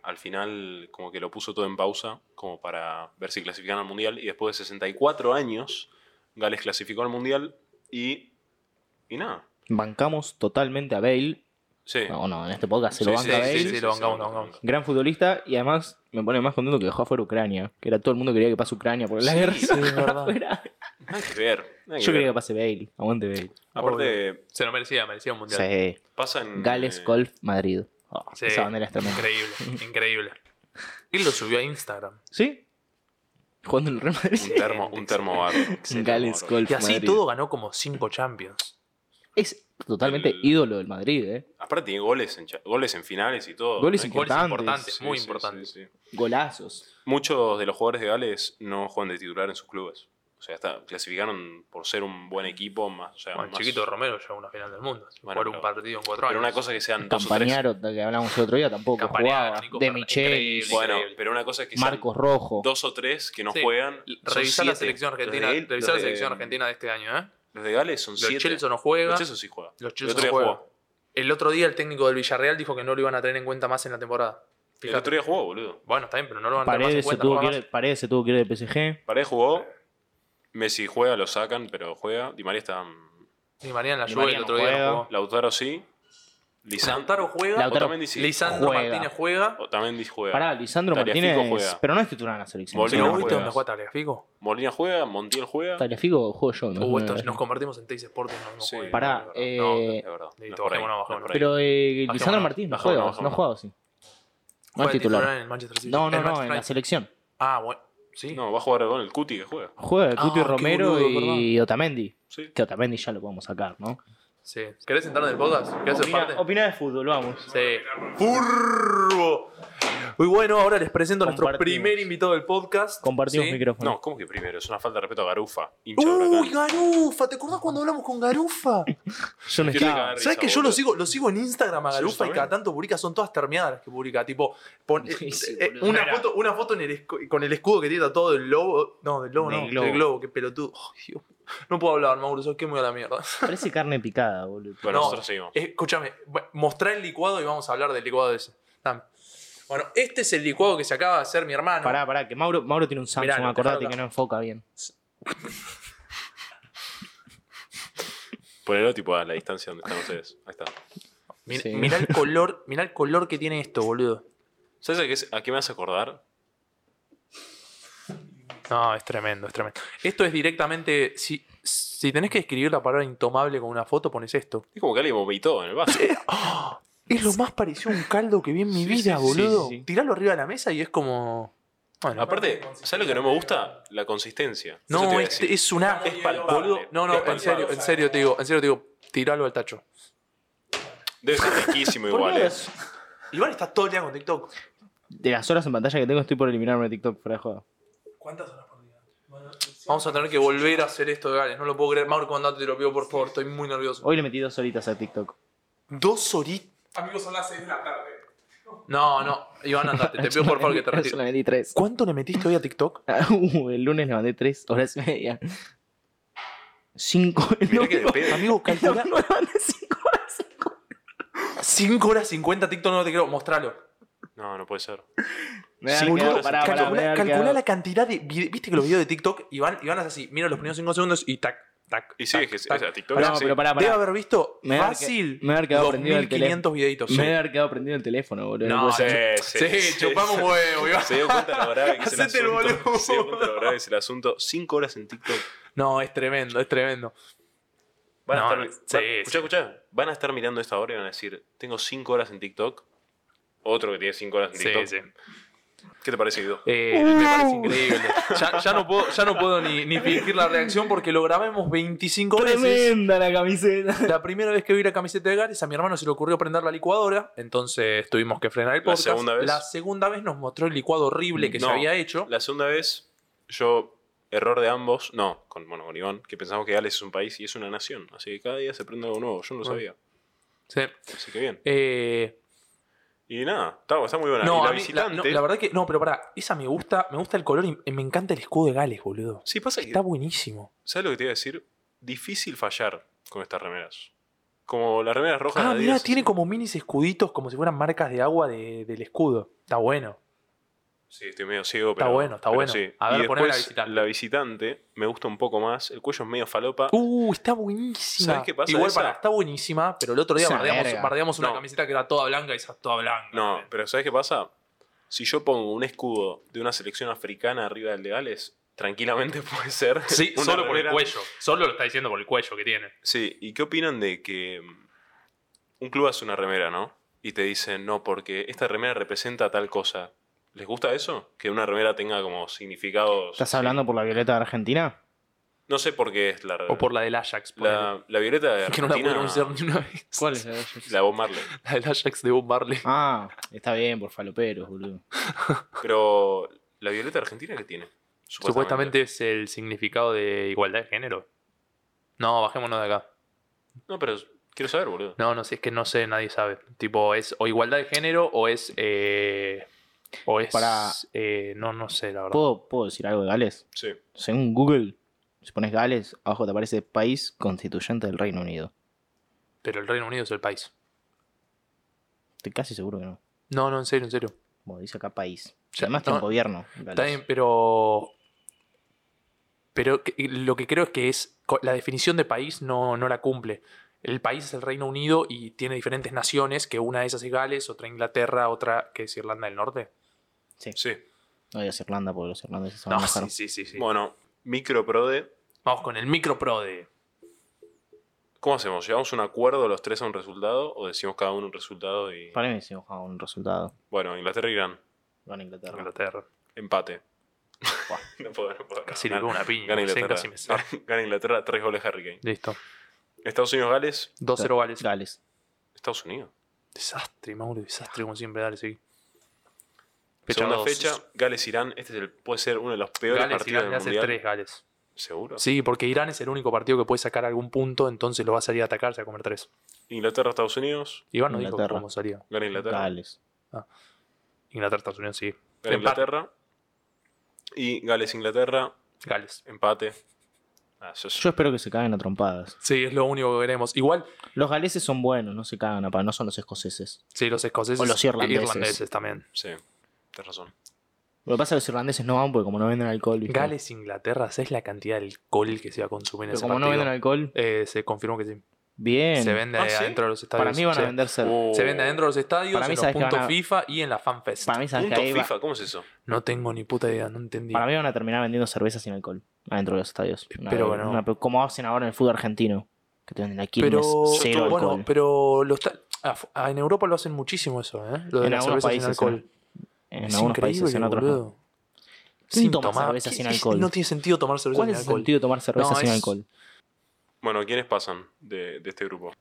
[SPEAKER 2] al final, como que lo puso todo en pausa, como para ver si clasifican al mundial. Y después de 64 años, Gales clasificó al mundial y. Y nada.
[SPEAKER 4] Bancamos totalmente a Bale.
[SPEAKER 2] Sí.
[SPEAKER 4] No, no, en este podcast se
[SPEAKER 2] Sí,
[SPEAKER 4] lo
[SPEAKER 2] sí,
[SPEAKER 4] banca
[SPEAKER 2] sí,
[SPEAKER 4] Bale.
[SPEAKER 2] sí, sí,
[SPEAKER 3] se
[SPEAKER 2] sí,
[SPEAKER 3] lo
[SPEAKER 2] se
[SPEAKER 3] bancamos, lo
[SPEAKER 2] banca.
[SPEAKER 3] bancamos.
[SPEAKER 4] Gran futbolista y además me pone más contento que dejó afuera Ucrania. Que era todo el mundo quería que pase Ucrania por la
[SPEAKER 2] Sí,
[SPEAKER 4] guerra.
[SPEAKER 2] sí,
[SPEAKER 3] es verdad.
[SPEAKER 4] Afuera.
[SPEAKER 2] Nada que ver. nada que
[SPEAKER 4] Yo
[SPEAKER 2] ver.
[SPEAKER 4] quería que pase Bale. Aguante Bale.
[SPEAKER 2] Aparte,
[SPEAKER 3] Se lo merecía, merecía un mundial.
[SPEAKER 4] Sí.
[SPEAKER 2] pasa en.
[SPEAKER 4] Gales
[SPEAKER 2] eh,
[SPEAKER 4] Golf Madrid. Oh,
[SPEAKER 3] Sí,
[SPEAKER 4] Esa bandera es tremenda.
[SPEAKER 3] Increíble, increíble. Y lo subió a Instagram.
[SPEAKER 4] ¿Sí? Jugando en el Real
[SPEAKER 2] Un
[SPEAKER 4] Madrid.
[SPEAKER 2] termo, un termo barro.
[SPEAKER 4] Gales Golf
[SPEAKER 3] Y así
[SPEAKER 4] Madrid.
[SPEAKER 3] todo ganó como 5 Champions.
[SPEAKER 4] Es totalmente
[SPEAKER 2] El-
[SPEAKER 4] ídolo del Madrid, ¿eh?
[SPEAKER 2] Aparte tiene goles en, cha- goles en finales y todo.
[SPEAKER 4] Goles
[SPEAKER 2] ¿no?
[SPEAKER 3] Goles
[SPEAKER 4] Importantes,
[SPEAKER 3] importantes,
[SPEAKER 2] Sí,
[SPEAKER 3] muy
[SPEAKER 2] sí,
[SPEAKER 3] importantes.
[SPEAKER 2] sí, sí.
[SPEAKER 4] Golazos.
[SPEAKER 2] Muchos de los jugadores de Gales no juegan de titular en sus clubes. O sea, está- clasificaron por ser un buen equipo. Más, o sea,
[SPEAKER 3] Bueno,
[SPEAKER 2] más-
[SPEAKER 3] Chiquito Romero llegó a una final del mundo.
[SPEAKER 2] Bueno,
[SPEAKER 3] jugar un
[SPEAKER 2] pero-
[SPEAKER 3] partido en 4 años.
[SPEAKER 2] Pero una cosa es que sean dos o tres.
[SPEAKER 4] Campañaro, que hablamos el otro día, tampoco
[SPEAKER 3] Campagnaro,
[SPEAKER 4] jugaba.
[SPEAKER 3] Nico
[SPEAKER 4] de
[SPEAKER 3] Fernández,
[SPEAKER 4] Michel,
[SPEAKER 3] increíble.
[SPEAKER 2] Bueno, pero una cosa es que sean
[SPEAKER 4] Marcos Rojo.
[SPEAKER 2] dos o tres que no
[SPEAKER 3] Sí.
[SPEAKER 2] juegan. son
[SPEAKER 3] Revisar la
[SPEAKER 2] siete.
[SPEAKER 3] selección
[SPEAKER 2] Los de
[SPEAKER 3] argentina,
[SPEAKER 2] él-
[SPEAKER 3] revisá la
[SPEAKER 2] los de-
[SPEAKER 3] selección argentina de este año, ¿eh?
[SPEAKER 2] Los de Gales son
[SPEAKER 3] Los
[SPEAKER 2] siete.
[SPEAKER 3] Chelsea no juega.
[SPEAKER 2] Los Chelsea sí juegan.
[SPEAKER 3] Los
[SPEAKER 2] El
[SPEAKER 3] Chelsea
[SPEAKER 2] otro día
[SPEAKER 3] no juegan.
[SPEAKER 2] jugó.
[SPEAKER 3] El otro día el técnico del Villarreal dijo que no lo iban a tener en cuenta más en la temporada.
[SPEAKER 2] El otro
[SPEAKER 3] Fíjate.
[SPEAKER 2] día jugó, boludo.
[SPEAKER 3] Bueno, está bien, pero no lo van a tener más en
[SPEAKER 4] Paredes se,
[SPEAKER 3] cuenta.
[SPEAKER 4] tuvo
[SPEAKER 3] no
[SPEAKER 4] que
[SPEAKER 3] va
[SPEAKER 4] ir, Paredes se tuvo que ir del PSG.
[SPEAKER 2] Paredes jugó. Messi juega, lo sacan, pero juega. Di María está. mm,
[SPEAKER 3] más. Ni María en la
[SPEAKER 4] Di
[SPEAKER 3] Juve
[SPEAKER 4] María
[SPEAKER 3] el
[SPEAKER 4] no
[SPEAKER 3] otro día
[SPEAKER 4] juega.
[SPEAKER 3] no jugó.
[SPEAKER 2] Lautaro sí. Lisandro.
[SPEAKER 3] Lautaro juega,
[SPEAKER 4] Lautaro,
[SPEAKER 2] Otamendi sí.
[SPEAKER 3] Lisandro
[SPEAKER 4] juega.
[SPEAKER 3] Martínez juega.
[SPEAKER 2] Otamendi juega.
[SPEAKER 4] Pará, Lisandro
[SPEAKER 2] Tagliafico
[SPEAKER 4] Martínez.
[SPEAKER 2] juega.
[SPEAKER 4] Pero no es titular en la selección.
[SPEAKER 2] Molina
[SPEAKER 3] ¿Sí,
[SPEAKER 4] ¿no?
[SPEAKER 3] ¿No
[SPEAKER 2] juega.
[SPEAKER 3] viste dónde juega Tagliafico?
[SPEAKER 2] Molina juega, Montiel juega.
[SPEAKER 4] Tagliafico juego yo. me
[SPEAKER 3] Uh,
[SPEAKER 4] imagino.
[SPEAKER 3] esto- nos convertimos en Teis Sport y no nos
[SPEAKER 2] Sí.
[SPEAKER 3] juega.
[SPEAKER 4] Pará,
[SPEAKER 2] No,
[SPEAKER 4] eh,
[SPEAKER 3] no,
[SPEAKER 2] es verdad. No es por ahí,
[SPEAKER 3] bajémonos,
[SPEAKER 2] no es
[SPEAKER 3] bajémonos.
[SPEAKER 2] por ahí.
[SPEAKER 4] Pero eh,
[SPEAKER 3] Bajémonos,
[SPEAKER 4] Lisandro Martínez no
[SPEAKER 2] bajémonos,
[SPEAKER 4] juega, no
[SPEAKER 2] bajémonos.
[SPEAKER 4] juega así. No es
[SPEAKER 3] Juega de
[SPEAKER 4] titular.
[SPEAKER 3] en el Manchester City.
[SPEAKER 4] No, no,
[SPEAKER 3] El
[SPEAKER 4] no,
[SPEAKER 3] Manchester
[SPEAKER 4] en la
[SPEAKER 3] United.
[SPEAKER 4] selección.
[SPEAKER 3] Ah, bueno. Sí.
[SPEAKER 2] No, va a jugar con el Cuti que juega.
[SPEAKER 4] Juega el Cuti
[SPEAKER 3] Ah, qué
[SPEAKER 4] Romero
[SPEAKER 3] boludo,
[SPEAKER 4] y Otamendi.
[SPEAKER 2] Sí.
[SPEAKER 4] Que Otamendi ya lo podemos sacar, ¿no?
[SPEAKER 3] Sí. ¿Querés entrar en el podcast? ¿Querés ser parte?
[SPEAKER 4] Opina, opina de fútbol, vamos.
[SPEAKER 3] Sí. ¡Furbo! Muy bueno, ahora les presento a nuestro
[SPEAKER 4] Compartimos.
[SPEAKER 3] primer invitado del podcast.
[SPEAKER 4] Compartimos
[SPEAKER 3] Sí.
[SPEAKER 4] micrófono.
[SPEAKER 2] No, ¿cómo que primero? Es una falta de respeto a Garufa. Hincha de
[SPEAKER 3] ¡Uy,
[SPEAKER 2] Huracán.
[SPEAKER 3] Garufa! ¿Te acordás cuando hablamos con Garufa?
[SPEAKER 4] Yo
[SPEAKER 2] Quiero
[SPEAKER 4] no estaba.
[SPEAKER 2] cagar.
[SPEAKER 3] ¿Sabes que yo
[SPEAKER 2] boludo.
[SPEAKER 3] lo sigo, lo sigo en Instagram a
[SPEAKER 2] Sí, yo
[SPEAKER 3] Garufa y
[SPEAKER 2] también.
[SPEAKER 3] cada tanto publica, son todas terminadas las que publica? Tipo, pon- eh,
[SPEAKER 4] Sí, sí,
[SPEAKER 3] eh,
[SPEAKER 4] boludo.
[SPEAKER 3] una,
[SPEAKER 4] Era.
[SPEAKER 3] foto, una foto en el escu- con el escudo que tiene tatuado del lobo. No, del lobo,
[SPEAKER 4] Del
[SPEAKER 3] no,
[SPEAKER 4] globo.
[SPEAKER 3] del globo, qué pelotudo. Oh, Dios. No puedo hablar, Mauro, sos que muy a la mierda.
[SPEAKER 4] Parece carne picada, boludo.
[SPEAKER 2] Bueno,
[SPEAKER 3] No.
[SPEAKER 2] nosotros seguimos.
[SPEAKER 3] Eh, Escúchame, bu- mostrá el licuado y vamos a hablar del licuado ese. Dame. Bueno, este es el licuado que se acaba de hacer mi hermano.
[SPEAKER 4] Pará, pará, que Mauro, Mauro tiene un Samsung,
[SPEAKER 3] Mirá, no,
[SPEAKER 4] acordate
[SPEAKER 3] dejalo
[SPEAKER 4] que no enfoca bien.
[SPEAKER 2] Ponelo tipo a la distancia donde están ustedes. Ahí está.
[SPEAKER 3] Mirá,
[SPEAKER 4] Sí.
[SPEAKER 3] mirá el color, mirá el color que tiene esto, boludo.
[SPEAKER 2] ¿Sabes a qué, es- a qué me hace acordar?
[SPEAKER 3] No, es tremendo, es tremendo. Esto es directamente. Si, si tenés que escribir la palabra intomable con una foto, pones esto.
[SPEAKER 2] Es como que alguien vomitó en el vaso.
[SPEAKER 3] Es lo más parecido a un caldo que vi en mi
[SPEAKER 4] Sí,
[SPEAKER 3] vida,
[SPEAKER 4] sí, sí,
[SPEAKER 3] boludo.
[SPEAKER 4] sí, sí.
[SPEAKER 3] Tirarlo arriba de la mesa y es como. Bueno,
[SPEAKER 2] Aparte, ¿sabes lo que no me gusta? La consistencia. Eso te
[SPEAKER 3] No,
[SPEAKER 2] iba a
[SPEAKER 3] este
[SPEAKER 2] decir.
[SPEAKER 3] es una.
[SPEAKER 2] Es palpable.
[SPEAKER 3] boludo. No, no,
[SPEAKER 2] Es
[SPEAKER 3] en serio,
[SPEAKER 2] palpable.
[SPEAKER 3] en serio te digo, en serio te digo, tiralo al tacho.
[SPEAKER 2] Debe ser riquísimo
[SPEAKER 4] Por
[SPEAKER 2] igual.
[SPEAKER 4] lo
[SPEAKER 2] eh.
[SPEAKER 4] menos,
[SPEAKER 3] Iván está todo el día con TikTok.
[SPEAKER 4] De las horas en pantalla que tengo, estoy por eliminarme de TikTok fuera de joda.
[SPEAKER 3] ¿Cuántas horas por día? Vamos a tener que volver a hacer esto, Gales. No lo puedo creer. Mauro, comandante, te lo pido, por favor. Estoy muy nervioso.
[SPEAKER 4] Hoy le metí dos horitas a TikTok.
[SPEAKER 3] Dos horitas.
[SPEAKER 5] Amigos, son las 6 de la tarde.
[SPEAKER 3] No, no, Iván, andate. Te pido, por favor, que te
[SPEAKER 4] Yo
[SPEAKER 3] retires.
[SPEAKER 4] le metí tres.
[SPEAKER 3] ¿Cuánto le metiste hoy a TikTok?
[SPEAKER 4] Uh, el lunes le mandé tres horas y media. Cinco.
[SPEAKER 2] Mirá
[SPEAKER 4] no,
[SPEAKER 2] que
[SPEAKER 4] no,
[SPEAKER 2] depende.
[SPEAKER 3] Amigo, calcula.
[SPEAKER 4] no, le mandé cinco horas. cinco.
[SPEAKER 3] 5 horas 50 TikTok, no te creo. Mostralo.
[SPEAKER 2] No, no puede ser.
[SPEAKER 4] Me da
[SPEAKER 2] Cinco
[SPEAKER 4] quedado,
[SPEAKER 2] horas,
[SPEAKER 4] pará, pará, me
[SPEAKER 3] calcula
[SPEAKER 4] da
[SPEAKER 3] calcula
[SPEAKER 4] quedado.
[SPEAKER 3] la cantidad de. vide- Viste que los videos de TikTok, Iván, Iván hace así. Mira los primeros 5 segundos y tac, tac.
[SPEAKER 2] Y sí,
[SPEAKER 3] tac,
[SPEAKER 2] es que es,
[SPEAKER 3] tac.
[SPEAKER 2] es a TikTok.
[SPEAKER 4] No,
[SPEAKER 2] sí.
[SPEAKER 4] pero pará,
[SPEAKER 3] Debe
[SPEAKER 4] pará.
[SPEAKER 3] haber visto
[SPEAKER 4] Me debe haber que-
[SPEAKER 3] fácil
[SPEAKER 4] me debe haber quedado prendido el
[SPEAKER 3] 2500 videitos.
[SPEAKER 4] Me
[SPEAKER 3] sí.
[SPEAKER 4] había quedado prendido el teléfono, boludo.
[SPEAKER 3] No,
[SPEAKER 4] Vos
[SPEAKER 3] sí,
[SPEAKER 4] sabés.
[SPEAKER 2] sí,
[SPEAKER 3] sí,
[SPEAKER 2] sí,
[SPEAKER 3] chupamos
[SPEAKER 2] sí.
[SPEAKER 3] huevo, Iván.
[SPEAKER 2] Se dio cuenta lo grave que es el
[SPEAKER 3] Hacete el
[SPEAKER 2] asunto.
[SPEAKER 3] boludo.
[SPEAKER 2] Se dio cuenta lo grave que es el asunto. Cinco horas en TikTok.
[SPEAKER 3] No, es tremendo, es tremendo.
[SPEAKER 2] Van
[SPEAKER 3] No,
[SPEAKER 2] a estar.
[SPEAKER 3] sí,
[SPEAKER 2] van-
[SPEAKER 3] sí.
[SPEAKER 2] escuchá, escuchá. Van a estar mirando esta hora y van a decir: Tengo cinco horas en TikTok. Otro que tiene cinco horas en TikTok. ¿Qué te parece, Guido?
[SPEAKER 3] Eh, Me parece increíble. Ya, ya no puedo, ya no puedo ni, ni fingir la reacción porque lo grabemos 25 veces.
[SPEAKER 4] Tremenda la camiseta.
[SPEAKER 3] La primera vez que vi la camiseta de Gares, a mi hermano se le ocurrió prender la licuadora, entonces tuvimos que frenar el
[SPEAKER 2] La
[SPEAKER 3] podcast.
[SPEAKER 2] segunda vez.
[SPEAKER 3] La segunda vez nos mostró el licuado horrible que
[SPEAKER 2] No,
[SPEAKER 3] se había hecho.
[SPEAKER 2] La segunda vez, yo, error de ambos, no, con, bueno, con Iván, que pensamos que Gales es un país y es una nación. Así que cada día se prende algo nuevo. Yo no lo
[SPEAKER 3] Bueno.
[SPEAKER 2] sabía.
[SPEAKER 3] Sí.
[SPEAKER 2] Así que bien.
[SPEAKER 3] Eh,
[SPEAKER 2] Y nada, está, está muy buena. y
[SPEAKER 3] no,
[SPEAKER 2] la
[SPEAKER 3] a mí- la,
[SPEAKER 2] visitante.
[SPEAKER 3] no, la verdad que. No, pero pará, esa me gusta, me gusta el color y me encanta el escudo de Gales, boludo.
[SPEAKER 2] Sí, pasa que.
[SPEAKER 3] Está buenísimo.
[SPEAKER 2] ¿Sabes lo que te iba a decir? Difícil fallar con estas remeras. Como las remeras rojas de
[SPEAKER 3] Ah, mira,
[SPEAKER 2] Adidas,
[SPEAKER 3] tiene
[SPEAKER 2] así.
[SPEAKER 3] como minis escuditos, como si fueran marcas de agua de- del escudo. Está bueno.
[SPEAKER 2] Sí, estoy medio ciego,
[SPEAKER 3] Está
[SPEAKER 2] pero.
[SPEAKER 3] bueno, está
[SPEAKER 2] pero
[SPEAKER 3] bueno.
[SPEAKER 2] sí.
[SPEAKER 3] A ver,
[SPEAKER 2] y
[SPEAKER 3] poneme la
[SPEAKER 2] después,
[SPEAKER 3] visitante.
[SPEAKER 2] la visitante me gusta un poco más. El cuello es medio falopa.
[SPEAKER 3] Uh, está buenísima.
[SPEAKER 2] ¿Sabés qué pasa
[SPEAKER 3] Igual
[SPEAKER 2] esa?
[SPEAKER 3] para, está buenísima, pero el otro día
[SPEAKER 4] Esa
[SPEAKER 3] bardeamos,
[SPEAKER 4] verga.
[SPEAKER 3] bardeamos una
[SPEAKER 2] No.
[SPEAKER 3] camiseta que era toda blanca y esa es toda blanca.
[SPEAKER 2] No, pero ¿sabes qué pasa? Si yo pongo un escudo de una selección africana arriba del de Gales, tranquilamente puede ser.
[SPEAKER 3] Sí,
[SPEAKER 2] una
[SPEAKER 3] solo por el
[SPEAKER 2] remera.
[SPEAKER 3] cuello. Solo lo está diciendo por el cuello que tiene.
[SPEAKER 2] Sí, ¿y qué opinan de que mm, un club hace una remera, ¿no? Y te dicen, no, porque esta remera representa tal cosa. ¿Les gusta eso? Que una remera tenga como significados.
[SPEAKER 4] ¿Estás hablando por la violeta de Argentina?
[SPEAKER 2] No sé por qué es la
[SPEAKER 3] O por la del Ajax. ponele.
[SPEAKER 2] La, la violeta de
[SPEAKER 3] que no la
[SPEAKER 2] Argentina,
[SPEAKER 3] pudieron usar ni una vez.
[SPEAKER 4] ¿Cuál es la de ellos?
[SPEAKER 2] la Bob Marley.
[SPEAKER 3] La del Ajax de Bob Marley.
[SPEAKER 4] Ah, está bien, por faloperos, boludo.
[SPEAKER 2] Pero la violeta argentina que tiene.
[SPEAKER 3] Supuestamente es el significado de igualdad de género. No, bajémonos de acá.
[SPEAKER 2] No, pero quiero saber, boludo.
[SPEAKER 3] No, no sé, es que no sé, nadie sabe. Tipo, es o igualdad de género o es. eh, o es.
[SPEAKER 4] Para-
[SPEAKER 3] eh, no, no sé, la verdad.
[SPEAKER 4] ¿Puedo, ¿Puedo decir algo de Gales?
[SPEAKER 2] Sí.
[SPEAKER 4] Según Google, si pones Gales, abajo te aparece país constituyente del Reino Unido.
[SPEAKER 3] Pero el Reino Unido es el país.
[SPEAKER 4] Estoy casi seguro que no.
[SPEAKER 3] No, no, en serio, en serio.
[SPEAKER 4] Bueno, dice acá país.
[SPEAKER 3] Ya,
[SPEAKER 4] Además está
[SPEAKER 3] no,
[SPEAKER 4] en gobierno. Gales.
[SPEAKER 3] Está bien, pero. Pero que- lo que creo es que es. co- La definición de país no, no la cumple. El país es el Reino Unido y tiene diferentes naciones, que una de esas es Gales, otra Inglaterra, otra que es Irlanda del Norte.
[SPEAKER 2] Sí.
[SPEAKER 4] No digas Irlanda porque los irlandeses se van
[SPEAKER 3] No,
[SPEAKER 4] a enojar.
[SPEAKER 3] sí, sí, sí, sí.
[SPEAKER 2] Bueno, microprode.
[SPEAKER 3] Vamos con el microprode.
[SPEAKER 2] ¿Cómo hacemos? ¿Llegamos a un acuerdo los tres a un resultado? ¿O decimos cada uno un resultado y.
[SPEAKER 4] Para mí me se enojaba un resultado.
[SPEAKER 2] Bueno, Inglaterra y Irán.
[SPEAKER 4] Gana Inglaterra.
[SPEAKER 3] Inglaterra.
[SPEAKER 2] Empate. no puedo, no puedo.
[SPEAKER 3] Casi le
[SPEAKER 2] Gana-
[SPEAKER 3] pego una piña.
[SPEAKER 2] Gana
[SPEAKER 3] no sé,
[SPEAKER 2] Inglaterra.
[SPEAKER 3] casi me saca.
[SPEAKER 2] Gana Inglaterra, tres goles Harry Kane.
[SPEAKER 3] Listo.
[SPEAKER 2] Estados Unidos-Gales.
[SPEAKER 3] 2-0 Gales.
[SPEAKER 4] Gales.
[SPEAKER 2] Estados Unidos.
[SPEAKER 3] Desastre, Mauro, desastre como siempre, dale, sí.
[SPEAKER 2] Segunda
[SPEAKER 3] dos.
[SPEAKER 2] fecha, Gales-Irán. Este es el- puede ser uno de los peores
[SPEAKER 3] Gales,
[SPEAKER 2] partidos
[SPEAKER 3] Irán le
[SPEAKER 2] del
[SPEAKER 3] hace
[SPEAKER 2] Mundial.
[SPEAKER 3] tres Gales.
[SPEAKER 2] ¿Seguro?
[SPEAKER 3] Sí, porque Irán es el único partido que puede sacar algún punto, entonces lo va a salir a atacar, se va a comer tres.
[SPEAKER 2] Inglaterra-Estados Unidos.
[SPEAKER 3] Iván no dijo
[SPEAKER 4] Inglaterra.
[SPEAKER 3] cómo salía.
[SPEAKER 2] Gana Inglaterra.
[SPEAKER 4] Gales.
[SPEAKER 3] Inglaterra, Estados Unidos, sí.
[SPEAKER 2] Gana
[SPEAKER 3] Empate.
[SPEAKER 2] Inglaterra. Y Gales-Inglaterra,
[SPEAKER 3] Gales.
[SPEAKER 2] empate. Ah, yo-
[SPEAKER 4] Yo espero que se caguen a trompadas.
[SPEAKER 3] Sí, es lo único que queremos. Igual,
[SPEAKER 4] Los galeses son buenos, no se cagan a pa- no son los escoceses.
[SPEAKER 3] sí, los escoceses.
[SPEAKER 4] O los irlandeses.
[SPEAKER 3] irlandeses también.
[SPEAKER 2] Sí, tienes razón.
[SPEAKER 4] Lo que pasa es que los irlandeses no van porque como no venden alcohol. ¿viste?
[SPEAKER 3] Gales, Inglaterra, ¿sabes la cantidad de alcohol que se va a consumir en
[SPEAKER 4] Pero
[SPEAKER 3] ese
[SPEAKER 4] como no
[SPEAKER 3] partido?
[SPEAKER 4] venden alcohol,
[SPEAKER 3] Eh, se confirmó que sí.
[SPEAKER 4] bien.
[SPEAKER 3] Se vende
[SPEAKER 2] Ah, ¿sí?
[SPEAKER 3] adentro de los estadios.
[SPEAKER 4] Para mí van a
[SPEAKER 3] Sí.
[SPEAKER 4] vender cerveza.
[SPEAKER 2] Oh.
[SPEAKER 3] Se vende adentro de los estadios,
[SPEAKER 4] Para mí,
[SPEAKER 3] en los
[SPEAKER 4] ¿sabes qué
[SPEAKER 3] puntos
[SPEAKER 4] van a-
[SPEAKER 3] FIFA y en la fanfest.
[SPEAKER 4] Para mí, ¿sabes
[SPEAKER 2] Punto
[SPEAKER 4] qué? Ahí va-
[SPEAKER 2] FIFA, ¿cómo es eso?
[SPEAKER 3] No tengo ni puta idea, no entendí.
[SPEAKER 4] Para mí van a terminar vendiendo cerveza sin alcohol adentro de los estadios. Una-
[SPEAKER 3] Espero que no.
[SPEAKER 4] una- como hacen ahora en el fútbol argentino, que te venden aquí
[SPEAKER 3] pero
[SPEAKER 4] cero
[SPEAKER 2] estuvo-
[SPEAKER 4] alcohol.
[SPEAKER 3] bueno, pero los ta- af- ah, en Europa lo hacen muchísimo eso, ¿eh? Lo de
[SPEAKER 4] En
[SPEAKER 3] la
[SPEAKER 4] algunos
[SPEAKER 3] cerveza sin
[SPEAKER 4] países,
[SPEAKER 3] alcohol.
[SPEAKER 4] en
[SPEAKER 3] Es
[SPEAKER 4] algunos
[SPEAKER 3] increíble,
[SPEAKER 4] países, en otros no.
[SPEAKER 3] boludo.
[SPEAKER 4] ¿Quién
[SPEAKER 3] Sin
[SPEAKER 4] toma
[SPEAKER 3] tomar-
[SPEAKER 4] cerveza sin
[SPEAKER 3] ¿quién-
[SPEAKER 4] alcohol?
[SPEAKER 3] No tiene sentido tomar cerveza
[SPEAKER 4] ¿Cuál
[SPEAKER 3] sin
[SPEAKER 4] es el
[SPEAKER 3] alcohol.
[SPEAKER 4] sentido de tomar cerveza
[SPEAKER 3] No,
[SPEAKER 4] sin
[SPEAKER 3] es-
[SPEAKER 4] alcohol?
[SPEAKER 2] Bueno, ¿quiénes pasan de, de este grupo?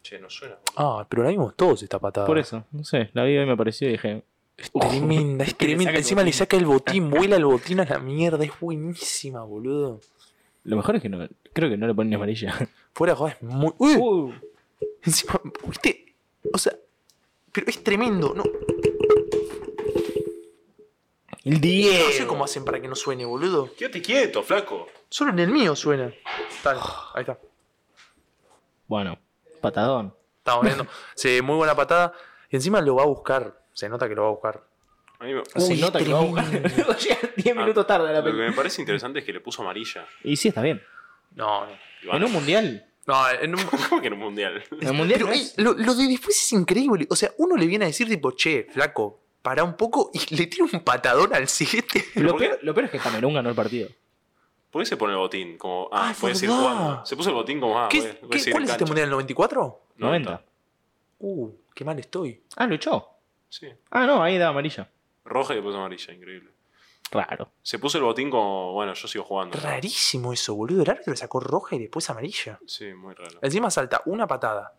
[SPEAKER 2] Che, no suena. boludo.
[SPEAKER 3] Ah, pero la vimos todos esta patada.
[SPEAKER 4] Por eso, no sé, la vi y me apareció y dije,
[SPEAKER 3] Es tremenda, es tremenda.
[SPEAKER 4] saca el
[SPEAKER 3] Encima le
[SPEAKER 4] botín.
[SPEAKER 3] saca el botín, vuela el botín a la mierda. Es buenísima, boludo.
[SPEAKER 4] lo mejor es que no, creo que no le ponen ni amarilla.
[SPEAKER 3] Fuera de joda es muy. ¡Uy!
[SPEAKER 4] Uh.
[SPEAKER 3] Encima, viste. O sea, pero es tremendo. No, no
[SPEAKER 4] El 10.
[SPEAKER 3] sé cómo hacen para que no suene, boludo.
[SPEAKER 2] Quédate quieto, flaco.
[SPEAKER 3] Solo en el mío suena. Tal, ahí está.
[SPEAKER 4] Bueno, patadón.
[SPEAKER 3] Estamos viendo. Sí, muy buena patada. Y encima lo va a buscar. Se nota que lo va a buscar.
[SPEAKER 2] A mí me-
[SPEAKER 3] Uy,
[SPEAKER 4] Se
[SPEAKER 3] es
[SPEAKER 4] nota que va a
[SPEAKER 3] tremendo.
[SPEAKER 4] jugar. Llega 10
[SPEAKER 2] Ah,
[SPEAKER 4] minutos tarde a la
[SPEAKER 2] Lo que
[SPEAKER 4] película.
[SPEAKER 2] me parece interesante es que le puso amarilla.
[SPEAKER 4] Y sí, está bien.
[SPEAKER 3] No, no.
[SPEAKER 2] Iván.
[SPEAKER 4] En un mundial.
[SPEAKER 3] No, en un-
[SPEAKER 2] ¿Cómo que en un mundial?
[SPEAKER 4] En un mundial
[SPEAKER 3] Pero,
[SPEAKER 4] no
[SPEAKER 3] ey,
[SPEAKER 4] es-
[SPEAKER 3] lo, lo de después es increíble. O sea, uno le viene a decir, tipo, che, flaco, para un poco y le tira un patadón al siguiente.
[SPEAKER 4] Lo
[SPEAKER 2] ¿por qué?
[SPEAKER 4] peor, lo peor es que Camerún ganó el partido.
[SPEAKER 2] ¿Por qué se pone el botín? Como, ah,
[SPEAKER 3] Ah,
[SPEAKER 2] voy a seguir
[SPEAKER 3] verdad.
[SPEAKER 2] jugando. Se puso el botín como, ah,
[SPEAKER 3] ¿Qué-
[SPEAKER 2] voy,
[SPEAKER 3] qué-
[SPEAKER 2] voy
[SPEAKER 4] pues
[SPEAKER 2] a seguir
[SPEAKER 3] ¿Cuál
[SPEAKER 2] en
[SPEAKER 3] es este
[SPEAKER 2] cancha.
[SPEAKER 3] mundial? ¿El 94?
[SPEAKER 4] 90.
[SPEAKER 3] Uh, qué mal estoy.
[SPEAKER 4] Ah, luchó.
[SPEAKER 2] Sí.
[SPEAKER 4] Ah, no, ahí da amarilla.
[SPEAKER 2] Roja y después amarilla, increíble.
[SPEAKER 4] Raro.
[SPEAKER 2] Se puso el botín como, bueno, yo sigo jugando.
[SPEAKER 3] Rarísimo eso, boludo. El árbitro le sacó roja y después amarilla.
[SPEAKER 2] Sí, muy raro.
[SPEAKER 3] Encima salta una patada,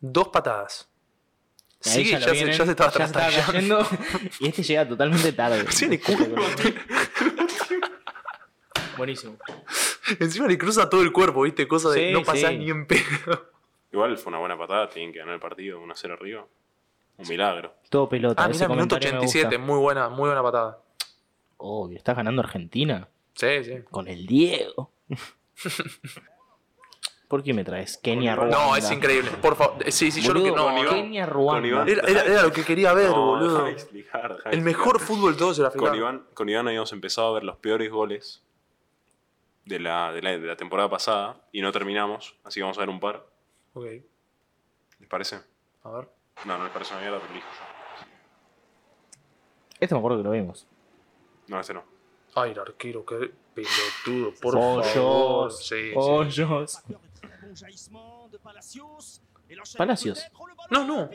[SPEAKER 3] dos patadas.
[SPEAKER 4] Ahí
[SPEAKER 3] Sigue,
[SPEAKER 4] lo
[SPEAKER 3] ya, se,
[SPEAKER 4] vienen,
[SPEAKER 3] ya se estaba
[SPEAKER 4] ya se estaba
[SPEAKER 3] trastabillando.
[SPEAKER 4] cayendo. y este llega totalmente tarde.
[SPEAKER 3] Sí, le cu-
[SPEAKER 4] Buenísimo.
[SPEAKER 3] Encima le cruza todo el cuerpo, ¿viste? Cosa de
[SPEAKER 4] Sí,
[SPEAKER 3] no pasar
[SPEAKER 4] sí.
[SPEAKER 3] ni en pedo.
[SPEAKER 2] Igual fue una buena patada, tienen que ganar el partido, 1-0 arriba. Un milagro.
[SPEAKER 4] Todo pelota.
[SPEAKER 3] Ah,
[SPEAKER 4] ese
[SPEAKER 3] mira, minuto
[SPEAKER 4] comentario me
[SPEAKER 3] 87.
[SPEAKER 4] gusta.
[SPEAKER 3] Muy buena, muy buena patada.
[SPEAKER 4] Obvio, estás ganando Argentina
[SPEAKER 3] Sí, sí.
[SPEAKER 4] con el Diego. ¿Por qué me traes Kenia Ruanda?
[SPEAKER 3] No, es increíble. Por favor. Eh, Sí, sí, yo lo que
[SPEAKER 4] Boludo,
[SPEAKER 3] no. no.
[SPEAKER 4] Kenia Ruanda.
[SPEAKER 2] Iván.
[SPEAKER 3] Era, era- era lo que quería ver, boludo.
[SPEAKER 2] dejá de explicar, dejá de explicar.
[SPEAKER 3] El mejor fútbol de todos el
[SPEAKER 2] Con
[SPEAKER 3] africano.
[SPEAKER 2] Iván, con Iván habíamos empezado a ver los peores goles de la, de la, de la temporada pasada y no terminamos, así que vamos a ver un par.
[SPEAKER 3] Ok,
[SPEAKER 2] ¿Les parece?
[SPEAKER 3] a ver.
[SPEAKER 2] No, no les parece una mierda, pero elijo yo.
[SPEAKER 4] Este me acuerdo que lo vimos.
[SPEAKER 2] No, este no.
[SPEAKER 3] Ay, el arquero, qué pelotudo, por favor.
[SPEAKER 4] Hoyos.
[SPEAKER 3] Sí, sí.
[SPEAKER 4] Hoyos. Palacios.
[SPEAKER 1] No, no.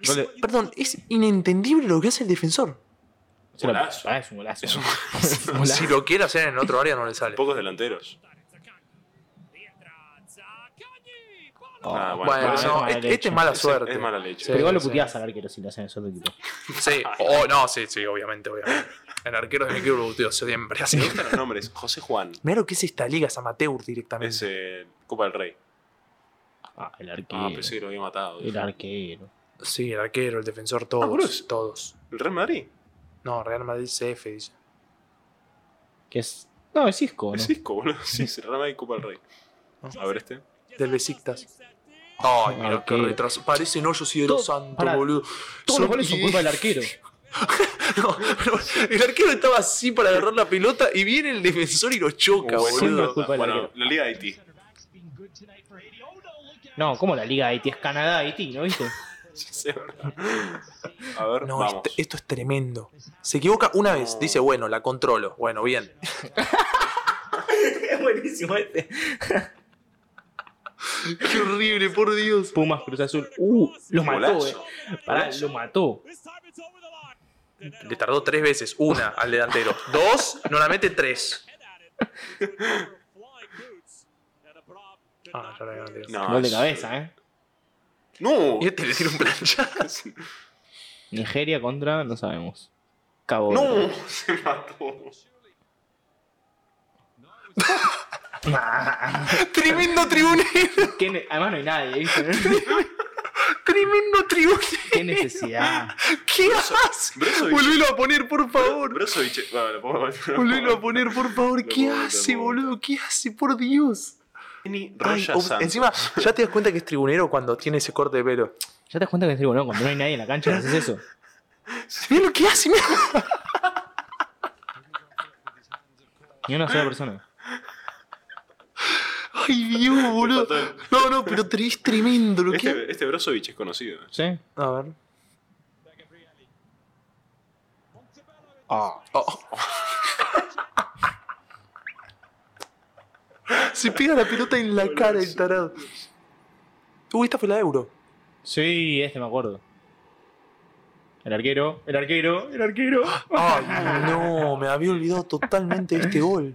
[SPEAKER 3] Es- Perdón, es inentendible lo que hace el defensor.
[SPEAKER 4] Se lo-
[SPEAKER 2] Golazo.
[SPEAKER 4] Ah, es un golazo.
[SPEAKER 2] Es un-
[SPEAKER 4] Es un golazo.
[SPEAKER 3] Si lo quiere hacer en otro área no le sale.
[SPEAKER 2] Pocos delanteros.
[SPEAKER 4] Oh.
[SPEAKER 2] Ah, bueno,
[SPEAKER 3] Bueno,
[SPEAKER 2] parece-
[SPEAKER 3] no,
[SPEAKER 4] mala
[SPEAKER 3] este,
[SPEAKER 4] leche.
[SPEAKER 3] este es mala
[SPEAKER 2] es-
[SPEAKER 3] suerte.
[SPEAKER 2] Es mala leche.
[SPEAKER 4] Pero igual lo
[SPEAKER 3] sí.
[SPEAKER 4] puteás al arquero si le hacen eso de equipo.
[SPEAKER 3] Sí, oh, no, sí, sí, obviamente, obviamente. El arquero de mi equipo lo boteo siempre así.
[SPEAKER 2] Me gustan los nombres. José Juan
[SPEAKER 3] Mirá lo que es esta liga, es amateur directamente.
[SPEAKER 2] es eh, Copa del Rey.
[SPEAKER 4] Ah, el arquero.
[SPEAKER 2] Ah, pensé que lo había matado.
[SPEAKER 4] El arquero.
[SPEAKER 3] Sí, el arquero, el defensor,
[SPEAKER 4] Ah,
[SPEAKER 2] boludo,
[SPEAKER 3] todos.
[SPEAKER 2] es-
[SPEAKER 3] todos.
[SPEAKER 2] ¿El Real Madrid?
[SPEAKER 3] No, Real Madrid CF dice.
[SPEAKER 4] Que es. No, es Cisco, ¿no?
[SPEAKER 2] Es Cisco, boludo. Sí, es el Real Madrid y Copa del Rey. A ver este.
[SPEAKER 3] Del Besiktas. Ay, mira
[SPEAKER 4] Arquero.
[SPEAKER 3] qué retraso. Parecen hoyos y de los
[SPEAKER 4] Todo-
[SPEAKER 3] santos,
[SPEAKER 4] pará.
[SPEAKER 3] boludo.
[SPEAKER 4] Todos
[SPEAKER 3] Son-
[SPEAKER 4] los goles son culpa del arquero.
[SPEAKER 3] No, pero el arquero estaba así para agarrar la pelota y viene el defensor y lo choca,
[SPEAKER 2] Bueno,
[SPEAKER 3] boludo.
[SPEAKER 4] Culpa del
[SPEAKER 2] ah, bueno,
[SPEAKER 4] arquero.
[SPEAKER 2] la Liga de Haití.
[SPEAKER 4] No, como la Liga de Haití es Canadá, Haití, ¿no viste?
[SPEAKER 2] Sí, ¿verdad? A ver,
[SPEAKER 3] No,
[SPEAKER 2] vamos.
[SPEAKER 3] este- esto es tremendo. Se equivoca una vez, dice, bueno, la controlo. Bueno, bien.
[SPEAKER 4] es buenísimo este.
[SPEAKER 3] Qué horrible, por Dios.
[SPEAKER 4] Pumas Cruz Azul. Uh, lo
[SPEAKER 3] este
[SPEAKER 4] mató, eh.
[SPEAKER 2] Golazo.
[SPEAKER 4] Pará,
[SPEAKER 2] Golazo.
[SPEAKER 4] lo mató.
[SPEAKER 3] Le tardó tres veces, una al delantero. Dos, no la mete tres. Ah, ya la había metido.
[SPEAKER 2] No,
[SPEAKER 4] Gol de
[SPEAKER 2] es-
[SPEAKER 4] cabeza, ¿eh?
[SPEAKER 2] No.
[SPEAKER 3] Y este le tira un planchazo.
[SPEAKER 4] Nigeria contra, no sabemos. Cabo.
[SPEAKER 2] No, se mató.
[SPEAKER 3] Tremendo tribunero.
[SPEAKER 4] ¿Qué ne- Además no hay nadie, ¿viste?
[SPEAKER 3] Tremendo tribunero.
[SPEAKER 4] ¿Qué necesidad?
[SPEAKER 3] ¿Qué haces?
[SPEAKER 2] Brozovic.
[SPEAKER 3] Volvelo a poner, por favor.
[SPEAKER 2] Brozovic. eh, Bueno, lo podemos meter.
[SPEAKER 3] Volvelo a poner, por favor.
[SPEAKER 2] Lo
[SPEAKER 3] ¿Qué
[SPEAKER 2] puedo
[SPEAKER 3] hace,
[SPEAKER 2] meter, lo
[SPEAKER 3] boludo? ¿Qué hace? Por Dios.
[SPEAKER 2] Jenny
[SPEAKER 3] Ay,
[SPEAKER 2] Raya
[SPEAKER 3] ob-
[SPEAKER 2] Santos.
[SPEAKER 3] encima, ya te das cuenta que es tribunero cuando tiene ese corte de pelo.
[SPEAKER 4] ¿Ya te das cuenta que es tribunal cuando no hay nadie en la cancha? ¿no haces eso?
[SPEAKER 3] Mira lo que hace, mira.
[SPEAKER 4] Ni una sola persona.
[SPEAKER 3] Ay, Dios, boludo.
[SPEAKER 2] fatal.
[SPEAKER 3] No, no, pero tre- es tremendo lo que hace.
[SPEAKER 2] Este, este Brozovic es conocido.
[SPEAKER 4] ¿Sí?
[SPEAKER 3] A ver.
[SPEAKER 2] Ah.
[SPEAKER 3] Se pega la pelota en la cara el tarado. Uy, esta fue la euro.
[SPEAKER 4] Sí, este me acuerdo. El arquero, el arquero, el arquero.
[SPEAKER 3] Ay, no, me había olvidado totalmente de este gol.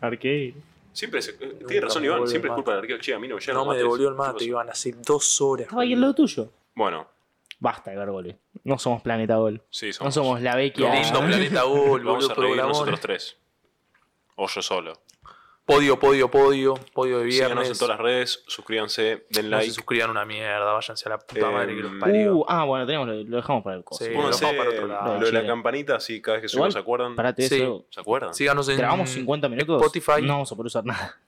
[SPEAKER 4] Arquero.
[SPEAKER 2] Siempre se, tiene razón
[SPEAKER 3] me
[SPEAKER 2] Iván,
[SPEAKER 3] devolvió
[SPEAKER 2] siempre es
[SPEAKER 3] el
[SPEAKER 2] culpa del arquero. Che, a mí no, ya
[SPEAKER 3] No me
[SPEAKER 2] mates.
[SPEAKER 3] devolvió el
[SPEAKER 2] ¿Qué
[SPEAKER 3] mate,
[SPEAKER 2] pasó?
[SPEAKER 3] Iván, hace dos horas.
[SPEAKER 4] Estaba ahí al lado tuyo.
[SPEAKER 2] Bueno,
[SPEAKER 4] Basta de ver goles. No somos Planeta Gol.
[SPEAKER 2] sí, somos.
[SPEAKER 4] No somos la
[SPEAKER 3] Qué
[SPEAKER 4] Vecchia.
[SPEAKER 3] lindo planeta gol,
[SPEAKER 2] Vamos
[SPEAKER 3] boludo,
[SPEAKER 2] a reír nosotros
[SPEAKER 3] programón.
[SPEAKER 2] tres. O yo solo.
[SPEAKER 3] Podio, podio, podio, podio de
[SPEAKER 2] Síganos
[SPEAKER 3] viernes.
[SPEAKER 2] en todas las redes, suscríbanse, den
[SPEAKER 3] No se
[SPEAKER 2] like.
[SPEAKER 3] suscriban una mierda, váyanse a la puta
[SPEAKER 2] Eh,
[SPEAKER 3] madre que los parió.
[SPEAKER 4] Uh, ah, bueno, tenemos, lo, Eh, lo dejamos para el coso.
[SPEAKER 3] Sí.
[SPEAKER 4] Bueno,
[SPEAKER 3] lo
[SPEAKER 2] Pónganse
[SPEAKER 3] dejamos para otro lado.
[SPEAKER 2] lo de la
[SPEAKER 4] Sí.
[SPEAKER 2] campanita, así cada vez que
[SPEAKER 4] Igual,
[SPEAKER 2] subimos se acuerdan.
[SPEAKER 4] Parate
[SPEAKER 3] Sí.
[SPEAKER 4] eso.
[SPEAKER 2] ¿Se acuerdan?
[SPEAKER 3] Síganos en
[SPEAKER 4] Grabamos 50 minutos.
[SPEAKER 3] Spotify.
[SPEAKER 4] No vamos a poder usar nada.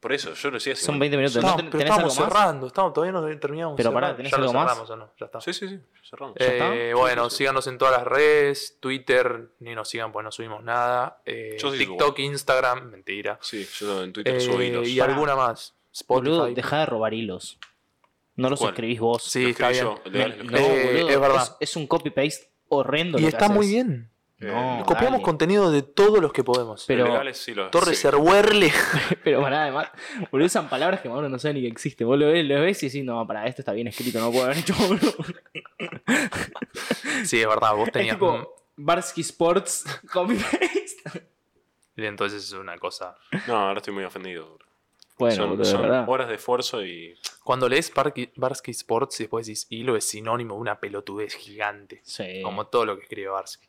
[SPEAKER 2] Por eso, yo lo decía así.
[SPEAKER 4] Son 20 minutos.
[SPEAKER 3] No,
[SPEAKER 4] ¿No ten-
[SPEAKER 3] pero
[SPEAKER 4] ¿Tenés algo
[SPEAKER 3] estábamos
[SPEAKER 4] más?
[SPEAKER 3] cerrando, estamos, todavía no terminamos.
[SPEAKER 4] Pero pará,
[SPEAKER 3] cerrar.
[SPEAKER 4] ¿tenés
[SPEAKER 3] Ya lo
[SPEAKER 4] algo más?
[SPEAKER 3] cerramos o no, ya está.
[SPEAKER 2] Sí, sí, sí. Cerramos.
[SPEAKER 4] ¿Ya está?
[SPEAKER 3] Eh,
[SPEAKER 4] Sí,
[SPEAKER 3] bueno, síganos en todas las redes, Twitter, ni nos sigan pues no subimos nada. eh,
[SPEAKER 2] Yo sí
[SPEAKER 3] TikTok, Instagram, mentira.
[SPEAKER 2] Sí, yo en Twitter
[SPEAKER 3] Eh,
[SPEAKER 2] subo hilos.
[SPEAKER 3] y
[SPEAKER 4] Pará.
[SPEAKER 3] alguna más. Spotify.
[SPEAKER 4] Boludo, dejá de robar hilos. No los
[SPEAKER 2] ¿Cuál?
[SPEAKER 4] escribís vos.
[SPEAKER 3] Sí,
[SPEAKER 2] Lo
[SPEAKER 3] está
[SPEAKER 2] escribí
[SPEAKER 3] bien.
[SPEAKER 2] yo, el de Alex lo
[SPEAKER 4] No,
[SPEAKER 2] escribí.
[SPEAKER 3] Eh,
[SPEAKER 4] boludo,
[SPEAKER 3] es verdad.
[SPEAKER 4] Es, un copy-paste horrendo.
[SPEAKER 3] Y
[SPEAKER 4] lo que
[SPEAKER 3] está muy
[SPEAKER 4] haces.
[SPEAKER 3] bien.
[SPEAKER 4] No,
[SPEAKER 3] Copiamos
[SPEAKER 4] dale.
[SPEAKER 3] contenido de todos los que podemos. Eh,
[SPEAKER 4] Pero-
[SPEAKER 2] Los Eh, legales sí los-
[SPEAKER 3] Torres
[SPEAKER 2] sí.
[SPEAKER 3] Cervuerle.
[SPEAKER 4] Pero para además, boludo, usan palabras que uno no sabe ni que existe. Vos lo ves, lo ves y decís, no, para esto está bien escrito, no puedo haber hecho, boludo.
[SPEAKER 3] Sí, es verdad, vos
[SPEAKER 4] Es
[SPEAKER 3] tenías.
[SPEAKER 4] tipo Barsky Sports copy-paste.
[SPEAKER 3] Y entonces es una cosa.
[SPEAKER 2] No, ahora estoy muy ofendido.
[SPEAKER 4] Bueno,
[SPEAKER 2] son
[SPEAKER 4] boludo, de
[SPEAKER 2] son
[SPEAKER 4] verdad.
[SPEAKER 2] horas de esfuerzo y
[SPEAKER 3] Cuando lees Barky- Barsky Sports y después decís hilo es sinónimo de una pelotudez gigante.
[SPEAKER 4] Sí.
[SPEAKER 3] Como todo lo que escribe Barsky.